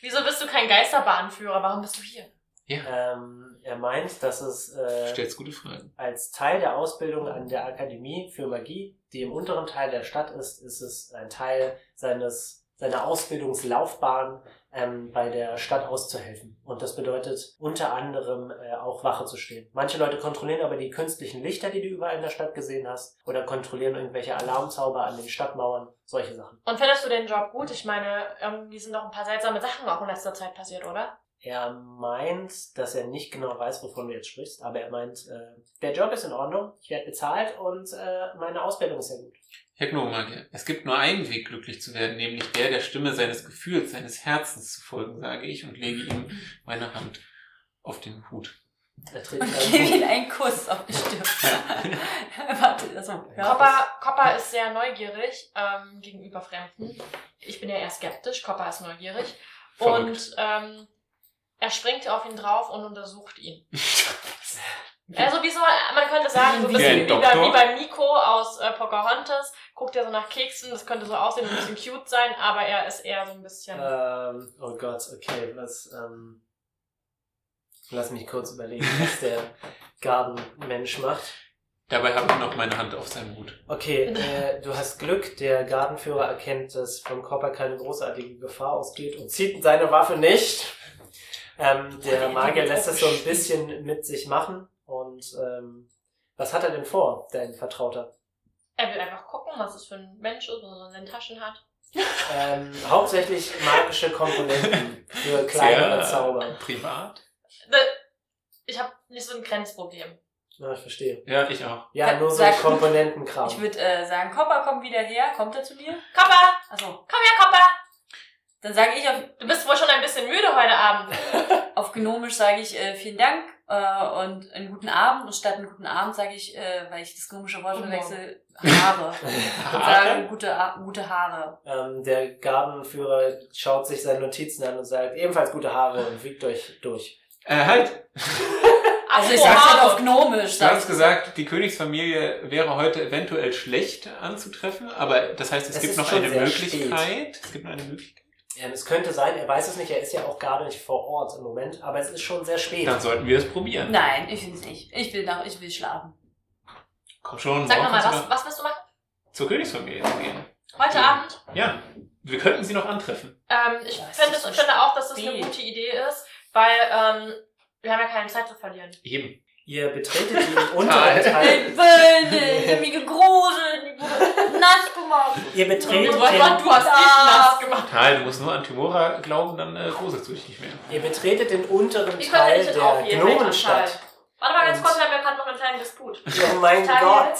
Wieso bist du kein Geisterbahnführer? Warum bist du hier?
Ja,
Ähm, er meint, dass es äh,
stellst gute Fragen.
Als Teil der Ausbildung an der Akademie für Magie, die im unteren Teil der Stadt ist, ist es ein Teil seines, seiner Ausbildungslaufbahn, ähm, bei der Stadt auszuhelfen. Und das bedeutet unter anderem äh, auch Wache zu stehen. Manche Leute kontrollieren aber die künstlichen Lichter, die du überall in der Stadt gesehen hast, oder kontrollieren irgendwelche Alarmzauber an den Stadtmauern, solche Sachen.
Und findest du den Job gut? Ich meine, irgendwie sind doch ein paar seltsame Sachen auch in letzter Zeit passiert, oder?
Er meint, dass er nicht genau weiß, wovon du jetzt sprichst, aber er meint, äh, der Job ist in Ordnung, ich werde bezahlt und äh, meine Ausbildung ist sehr gut.
Herr Gnomenmagier, es gibt nur einen Weg, glücklich zu werden, nämlich der der Stimme seines Gefühls, seines Herzens zu folgen, sage ich und lege ihm meine Hand auf den Hut.
Er trägt
Und
einen
gebe
Hut.
ihm einen Kuss auf die Stirn. Warte, also,
Ja,
Copper, Copper ist sehr neugierig ähm, gegenüber Fremden. Ich bin ja eher skeptisch. Copper ist neugierig.
Verrückt.
Und ähm, er springt auf ihn drauf und untersucht ihn. Also wie so, man könnte sagen, so ein
Wie
bisschen
ein
wie, bei,
Doktor.
wie bei Nico aus äh, Pocahontas. Guckt er so nach Keksen, das könnte so aussehen, ein bisschen cute sein, aber er ist eher so ein bisschen...
Ähm, oh Gott, okay, was, ähm, lass mich kurz überlegen, was der Gartenmensch macht.
Dabei habe ich noch meine Hand auf seinem Hut.
Okay, äh, du hast Glück, der Gartenführer erkennt, dass vom Körper keine großartige Gefahr ausgeht und zieht seine Waffe nicht. Ähm, der Magier lässt das so ein bisschen mit sich machen. Und ähm, was hat er denn vor, dein Vertrauter?
Er will einfach gucken, was es für ein Mensch ist, was er in seinen Taschen hat.
Ähm, hauptsächlich magische Komponenten für kleinere Zauber.
Privat?
Äh, Ich habe nicht so ein Grenzproblem.
Ja, Ah, ich verstehe.
Ja, ich auch.
Ja, nur so
Sag-
Komponentenkram.
Ich würde äh, sagen, Kopper, komm wieder her. Kommt er zu dir?
Kopper,
Achso,
komm her, Kopper!
dann sage ich auf,
Du bist wohl schon ein bisschen müde heute Abend.
auf Gnomisch sage ich äh, vielen Dank äh, und einen guten Abend. Und statt einen guten Abend sage ich, äh, weil ich das gnomische Wort
Guten
verwechsel, Haare. Und sage
Haare?
gute, A- gute Haare.
Ähm, der Gartenführer schaut sich seine Notizen an und sagt, ebenfalls gute Haare und wiegt euch durch.
Äh, halt!
Also ich
Apropos
sag's halt
Haare.
auf Gnomisch.
Du
sag
hast
ich.
gesagt, die Königsfamilie wäre heute eventuell schlecht anzutreffen, aber das heißt, es
Es
gibt
ist
noch
schon
eine
sehr
Möglichkeit. Es gibt noch eine Möglichkeit.
Ähm, es könnte sein, er weiß es nicht, er ist ja auch gar nicht vor Ort im Moment, aber es ist schon sehr spät.
Dann sollten wir es probieren.
Nein, ich will nicht. Ich will, nach, ich will schlafen.
Komm schon,
Sag
morgen
nochmal,
kannst du
was, was willst du machen?
noch zur Königsfamilie zu gehen.
Heute
Ja.
Abend?
Ja, wir könnten sie noch antreffen.
Ähm, ich
Ja, es
finde,
ist so
finde auch, dass das eine
spät.
gute Idee ist, weil ähm, wir haben ja keine Zeit zu verlieren.
Eben.
Ihr betretet den unteren Teil.
Ich will nicht. Ich hab mich gegruselt. Ich wurde nass gemacht.
Ihr
Oh
betretet,
Du hast-
den,
hast dich nass
gemacht.
Tal, du musst nur an Timora glauben, dann äh, gruselst du dich nicht mehr.
ihr betretet den unteren
Wie können wir
Teil
dich denn
der
aufheben?
Gnomenstadt.
Warte mal ganz
Und-
kurz, wir haben ja gerade noch einen kleinen Disput.
Oh mein
Teil-
Gott.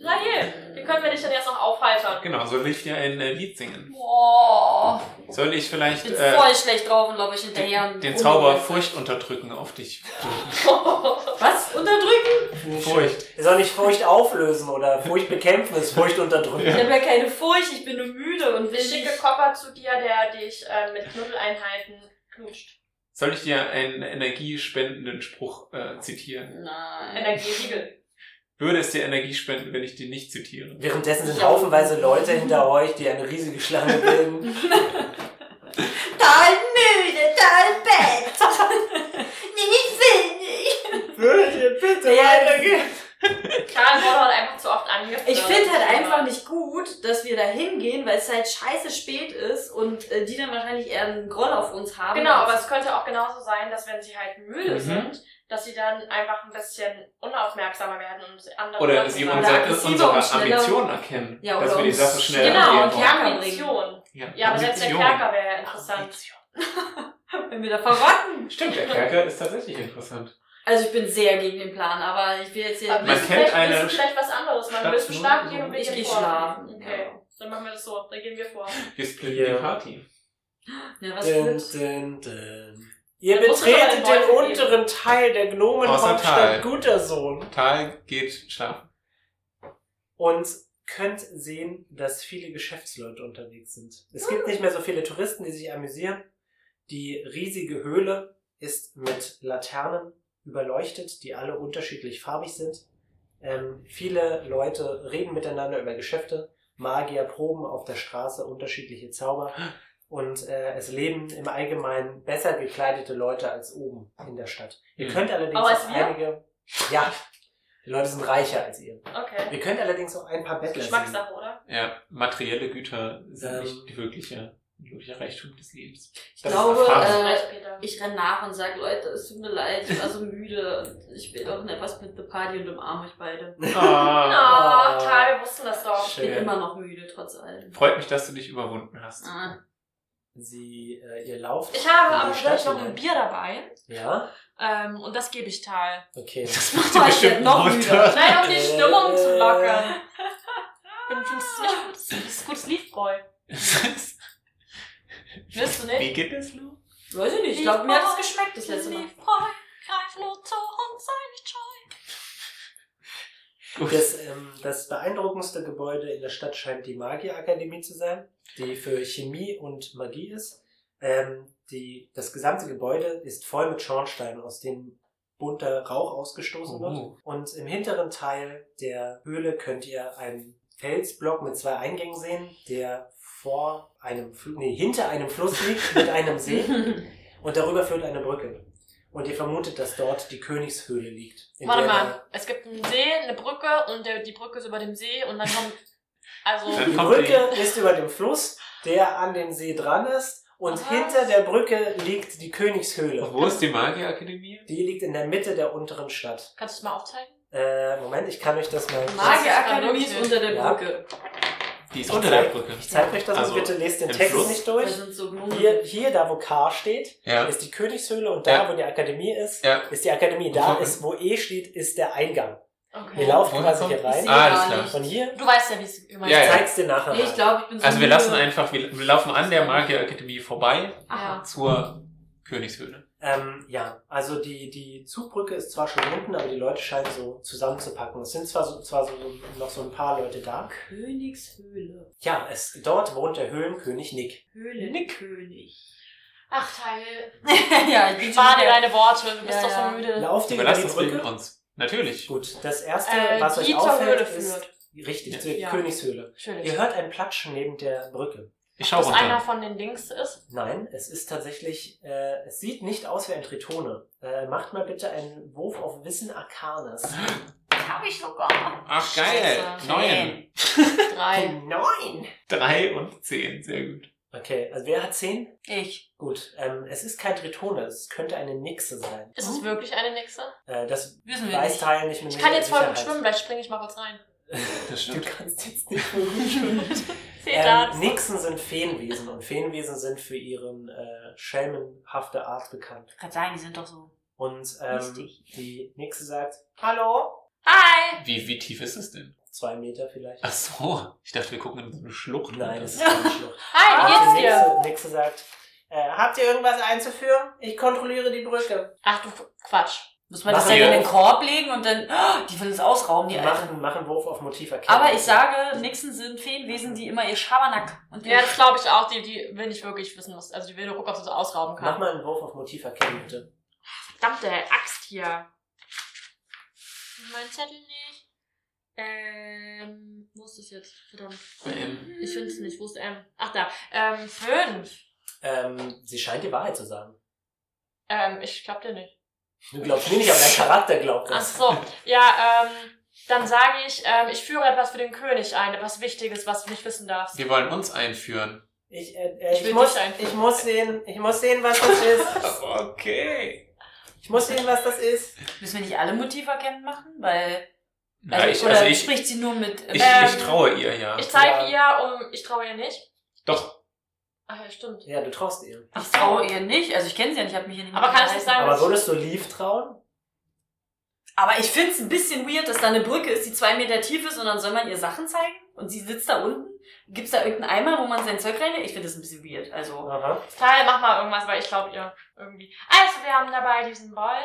Sahil, wie können wir dich denn jetzt noch aufheitern?
Genau, soll ich dir ein äh, Lied singen?
Boah.
Soll ich vielleicht
Oh, Ich bin
äh,
voll schlecht drauf und laufe ich hinterher.
den,
und-
den Zauber Furcht unterdrücken auf dich?
Was? Unterdrücken?
Furcht.
Ihr sollt nicht Furcht auflösen oder Furcht bekämpfen, ist Furcht unterdrücken.
Ich habe ja keine Furcht, ich bin nur müde und will
Ich schicke
nicht.
Kopper zu dir, der dich äh, mit Knuddeleinheiten knutscht.
Soll ich dir einen energiespendenden Spruch äh, zitieren?
Nein.
Energieriegel.
Würde es dir Energie spenden, wenn ich den nicht zitiere?
Währenddessen sind haufenweise Leute hinter euch, die eine riesige Schlange bilden.
Total müde, total Bett. nee, ich will nicht.
Bitte,
Ja,
Karl wurde heute einfach zu oft angefasst.
Ich finde halt einfach nicht gut, dass wir da hingehen, weil es halt scheiße spät ist und äh, die dann wahrscheinlich eher einen Groll auf uns haben.
Genau, aber
als-
es könnte auch genauso sein, dass wenn sie halt müde
Mhm.
sind, dass sie dann einfach ein bisschen unaufmerksamer werden und andere
Oder
Sachen
dass jemand
machen.
sagt,
aggressiver
dass unsere
und schneller-
Ambitionen erkennen,
Ja,
dass
oder
wir die
uns-
Sache schneller
Genau,
angehen
und die
wollen.
Kerker
Ambition.
Ja,
Ja, aber selbst der
Ambition.
Kerker wäre interessant.
wenn wir da verrotten.
Stimmt, der Kerker ist tatsächlich interessant.
Also ich bin sehr gegen den Plan, aber ich will jetzt hier
Aber
Man
willst du
kennt
vielleicht, willst
eine
du vielleicht was anderes machen? Willst du
Stadt-
schlafen gehen und wir
ich
gehen
gehe
vor?
schlafen.
Okay, dann machen wir das so. Dann gehen wir vor.
Wir splitten
Ja.
die Party.
Ja, ne, was
Dun,
für
dun, dun. Ihr
Da muss es aber
betretet
einen
den
Wolf geben.
unteren Teil der
Außer Tal.
Gnomenhauptstadt Gutersohn.
Tal geht schlafen.
und könnt sehen, dass viele Geschäftsleute unterwegs sind. Es gibt nicht mehr so viele Touristen, die sich amüsieren. Die riesige Höhle ist mit Laternen überleuchtet, die alle unterschiedlich farbig sind. Ähm, viele Leute reden miteinander über Geschäfte. Magier proben auf der Straße unterschiedliche Zauber. Und äh, es leben im Allgemeinen besser gekleidete Leute als oben in der Stadt. Ihr
Mhm.
könnt allerdings
Auch als
auch
wir?
einige. Ja, die Leute sind reicher als ihr.
Okay.
Wir können allerdings auch ein paar Bettler sehen.
Geschmackssache, oder?
Ja, materielle Güter sind
Ähm.
nicht wirkliche, wirklicher Reichtum des Lebens.
Ich
Das ist
glaube,
Erfahrung.
äh,
Reicht, Peter.
ich renn nach und sag, Leute, es tut mir leid, ich war so müde. und Ich will doch noch etwas mit der Party und umarme euch beide.
Ah.
Ach, Oh, Tal, wir wussten das doch.
Ich bin
Schön.
immer noch müde, trotz allem.
Freut mich, dass du dich überwunden hast.
Ah,
Sie, äh, ihr lauft.
Ich habe
in die
aber
Stadt
vielleicht noch ein
hinein.
Bier dabei.
Ja,
Ähm, und das gebe ich Tal.
okay.
Das
macht die bestimmt noch müder.
Nein, um die
Äh.
Stimmung zu lockern. Ich bin schon ziemlich gut. Das ist ein gutes Lied, Boy. Willst du nicht?
Wie geht das los?
Weiß ich nicht, ich glaube, mir hat es geschmeckt das letzte Mal.
Boy, greif nur zu und sei nicht scheu.
Das, ähm, das beeindruckendste Gebäude in der Stadt scheint die Magierakademie zu sein, die für Chemie und Magie ist. Ähm, die, das gesamte Gebäude ist voll mit Schornsteinen, aus denen bunter Rauch ausgestoßen wird.
Oh.
Und im hinteren Teil der Höhle könnt ihr einen Felsblock mit zwei Eingängen sehen, der vor
Hm?
einem, Fl nee, hinter einem Fluss liegt mit einem See. Und darüber führt eine Brücke. Und ihr vermutet, dass dort die Königshöhle liegt. in
Warte
der-
mal, es gibt einen See, eine Brücke und der, die Brücke ist über dem See und dann kommt. Also.
Dann
Die
kommt
Brücke ist über dem Fluss, der an dem See dran ist. Und
Was?
hinter der Brücke liegt die Königshöhle.
Wo ist die Magierakademie?
Die liegt in der Mitte der unteren Stadt.
Kannst du es mal aufzeigen?
Äh, Moment, ich kann euch das mal.
Magierakademie ist unter der
Ja.
Brücke.
Die ist unter der Brücke.
Ich zeige euch das
Also,
mal. Bitte lest den
im
Text
Fluss?
nicht
Da
Also,
durch.
sind so Gnomen.
Hier, hier, da wo K steht,
Ja.
ist die Königshöhle und da,
Ja.
wo die Akademie ist,
Ja.
ist die Akademie. Da
Wovon-
ist, wo E steht, ist der Eingang.
Okay.
Ihr lauft
Woher
quasi
kommt-
hier
Ich
rein.
sehe
Ah, alles
gar
klar.
nicht.
Von hier,
Du weißt ja, wie es gemeint
Ja,
ist.
ja.
zeig's dir nachher.
Nee, ich
mal.
glaube, ich bin so
Also wir
müde.
lassen einfach, wir, wir laufen an der Magierakademie vorbei
Aha.
zur Königshöhle.
Ähm, ja, also die, die Zugbrücke ist zwar schon unten, aber die Leute scheinen so zusammenzupacken. Es sind zwar, so, zwar so, noch so ein paar Leute da.
Königshöhle.
Ja, es, dort wohnt der Höhlenkönig Nick.
Höhlenkönig.
Ach, Teil.
ja, ich bin
Spar dir
wieder-
deine Worte, du
Ja,
bist doch so
ja.
müde.
Lauft ihr über
Überlasst
die
das Leben
Brücke?
uns. Natürlich.
Gut, das erste,
Äh,
was euch
die zur
auffällt,
Höhle
ist...
führt.
Richtig,
Ja.
zur
Ja.
Königshöhle. Ihr
Entschuldigung.
hört ein Platschen neben der Brücke.
Ich schaue
Dass einer
runter.
von den Dings ist.
Nein, es ist tatsächlich... Äh, es sieht nicht aus wie ein Tritone. Äh, macht mal bitte einen Wurf auf Wissen Arcanes.
Hab ich sogar.
Ach geil,
Scheiße.
neun.
Drei.
Neun!
Drei und zehn, sehr gut.
Okay, also wer hat zehn?
Ich.
Gut, ähm, es ist kein Tritone, es könnte eine Nixe sein.
Ist es wirklich eine Nixe?
Äh, das
Wissen wir
weiß
nicht.
Teil nicht mit
Ich kann jetzt voll gut
halt.
Sicherheit.
schwimmen, vielleicht springe ich mal kurz rein.
Das
Du
stimmt.
kannst jetzt nicht voll gut schwimmen.
Seht da.
ähm, Nixen sind Feenwesen und Feenwesen sind für ihren äh, schelmenhafte Art bekannt.
Kann sein, die sind doch so.
Und ähm,
Richtig.
die Nixe sagt, hallo,
Hi!
Wie, wie tief ist es denn?
zwei Meter vielleicht.
Ach so, ich dachte, wir gucken in so eine Schlucht.
Nein,
runter.
es ist keine Schlucht.
Hi, wie geht's dir?
Nixe, Nixe sagt, äh, habt ihr irgendwas einzuführen? Ich kontrolliere die Brücke.
Ach du F- Quatsch.
Muss man
Machen
das dann
wir.
in den Korb legen und dann. Oh, die will uns ausrauben, die Alte.
Machen, machen Wurf auf Motiv erkennen.
Aber ich sage, Nixen sind Feenwesen, die immer ihr Schabernack und ihr
Ja, das glaube ich auch. Die, die will nicht wirklich wissen, was. Also die will nur gucken, ob sie so ausrauben
Mach
kann.
mal einen Wurf auf Motiv erkennen, bitte.
Verdammte Axt hier. Mein Zettel nicht. Ähm, wo ist das jetzt? Verdammt.
Ähm,
Ich finde es nicht. Wo ist M? Ach da. Ähm, fünf.
Ähm, sie scheint die Wahrheit zu sagen.
Ähm, ich glaub dir nicht.
Du glaubst mir nicht, aber dein Charakter glaubt
Ach
das.
so. Ja, ähm, dann sage ich, ähm, ich führe etwas für den König ein. Etwas Wichtiges, was du nicht wissen darfst.
Wir wollen uns einführen.
Ich, äh, äh,
Ich
ich,
will
muss,
dich einfach-
ich muss sehen, ich muss sehen, was das ist.
Okay.
Ich muss sehen, was das ist.
Müssen wir nicht alle Motive erkennen machen? Weil.
Na,
Also,
ich,
oder
also ich, ich,
spricht sie nur mit.
ich,
Ähm,
traue ihr, ja.
Ich zeige ihr, um. Ich traue ihr nicht.
Doch,
Ach ja, stimmt.
Ja, du traust ihr.
ich traue ihr nicht. Also ich kenne sie ja nicht, ich habe mich hier nicht
Aber kann ich
unterhalten.
nicht sagen,
Aber würdest du Leaf trauen?
Aber ich find's ein bisschen weird, dass da eine Brücke ist, die zwei Meter tief ist und dann soll man ihr Sachen zeigen und sie sitzt da unten. Gibt's da irgendeinen Eimer, wo man sein Zeug rein? Ich find das ein bisschen weird. Also
Aha.
Teil, mach mal irgendwas, weil ich glaube ihr irgendwie. Also, wir haben dabei diesen Beutel.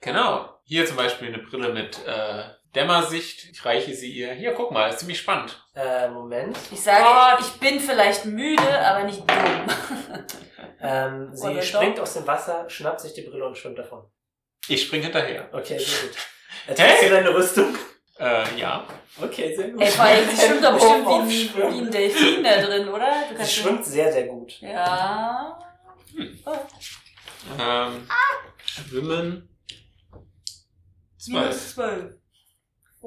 genau. Hier zum Beispiel eine Brille mit äh, Dämmersicht. Ich reiche sie ihr. Hier, guck mal, ist ziemlich spannend.
Äh, Moment.
ich sage,
Gott.
ich bin vielleicht müde, aber nicht dumm.
Ähm,
Oder
sie
doch?
springt aus dem Wasser, schnappt sich die Brille und schwimmt davon.
Ich springe hinterher.
Okay, sehr gut. Äh,
Hey!
trägst du deine Rüstung?
Äh, ja.
Okay, sehr gut.
Ey, vor allem, sie schwimmt doch bestimmt wie, ein-
Aufschwimmen.
wie ein Delfin da drin, oder? Du
Sie
kannst-
schwimmt sehr, sehr gut.
Ja.
Ähm, schwimmen. Zwölf.
Minus zwölf.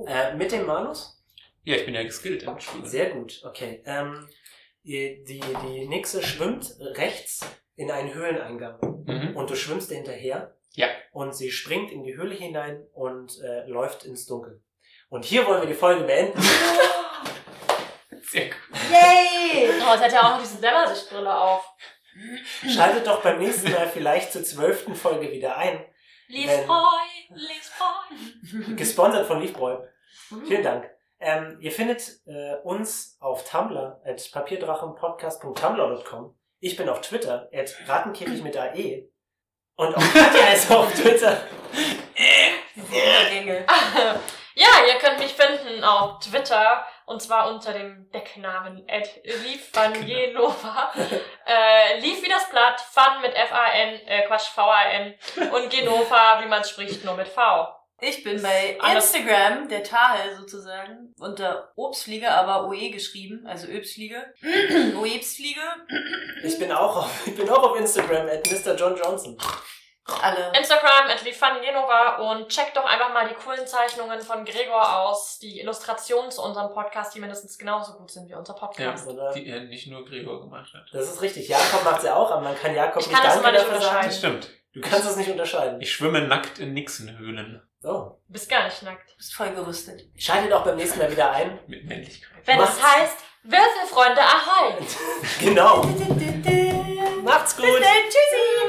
Äh, mit dem Manus?
Ja, ich bin ja geskillt im Schwimmen.
Sehr gut, okay. Ähm, die, die, die Nixe schwimmt rechts in einen Höhleneingang
Mhm.
und du schwimmst ihr hinterher.
Ja.
Und sie springt in die Höhle hinein und äh, läuft ins Dunkel. Und hier wollen wir die Folge beenden.
Sehr gut.
Yay!
Oh, es hat ja auch noch diese Dämmersichtbrille auf.
Schaltet doch beim nächsten Mal vielleicht zur zwölften Folge wieder ein.
Lief Boy, lief Boy.
Gesponsert von Leafboy.
Mhm.
Vielen Dank. Ähm, ihr findet äh, uns auf Tumblr at papierdrachenpodcast.tumblr.com. Ich bin auf Twitter at ratenkäfig mit AE. Und auch Katja ist auf Twitter.
Übergänge.
ja, ihr könnt mich finden auf Twitter. Und zwar unter dem Decknamen at Leaf van Genova. äh, Leaf wie das Blatt, Fun mit F-A-N, äh, Quatsch, V-A-N. Und Genova, wie man spricht, nur mit V.
Ich bin bei
Anders-
Instagram, der Tahel sozusagen, unter Obstfliege, aber OE geschrieben, also E Öbstfliege. Oebstfliege.
Ich bin auch auf, ich bin auch auf Instagram at Mr. John Johnson.
Alle.
Instagram at Genova und checkt doch einfach mal die coolen Zeichnungen von Gregor aus, die Illustrationen zu unserem Podcast, die mindestens genauso gut sind wie unser Podcast.
Oder?
die er nicht nur Gregor gemacht hat.
Also, ne, Das ist richtig. Jakob macht ja auch, aber man kann Jakob
Ich kann das immer nicht
dafür
unterscheiden.
Das stimmt.
Du kannst es nicht unterscheiden.
Ich schwimme nackt in Nixenhöhlen
Oh.
Du bist gar nicht nackt.
Du bist voll gerüstet.
Schaltet auch beim nächsten Mal wieder ein.
mit Männlichkeit.
Wenn
Macht's.
es heißt, Würfelfreunde, ahoi!
Genau. Macht's gut.
Tschüssi!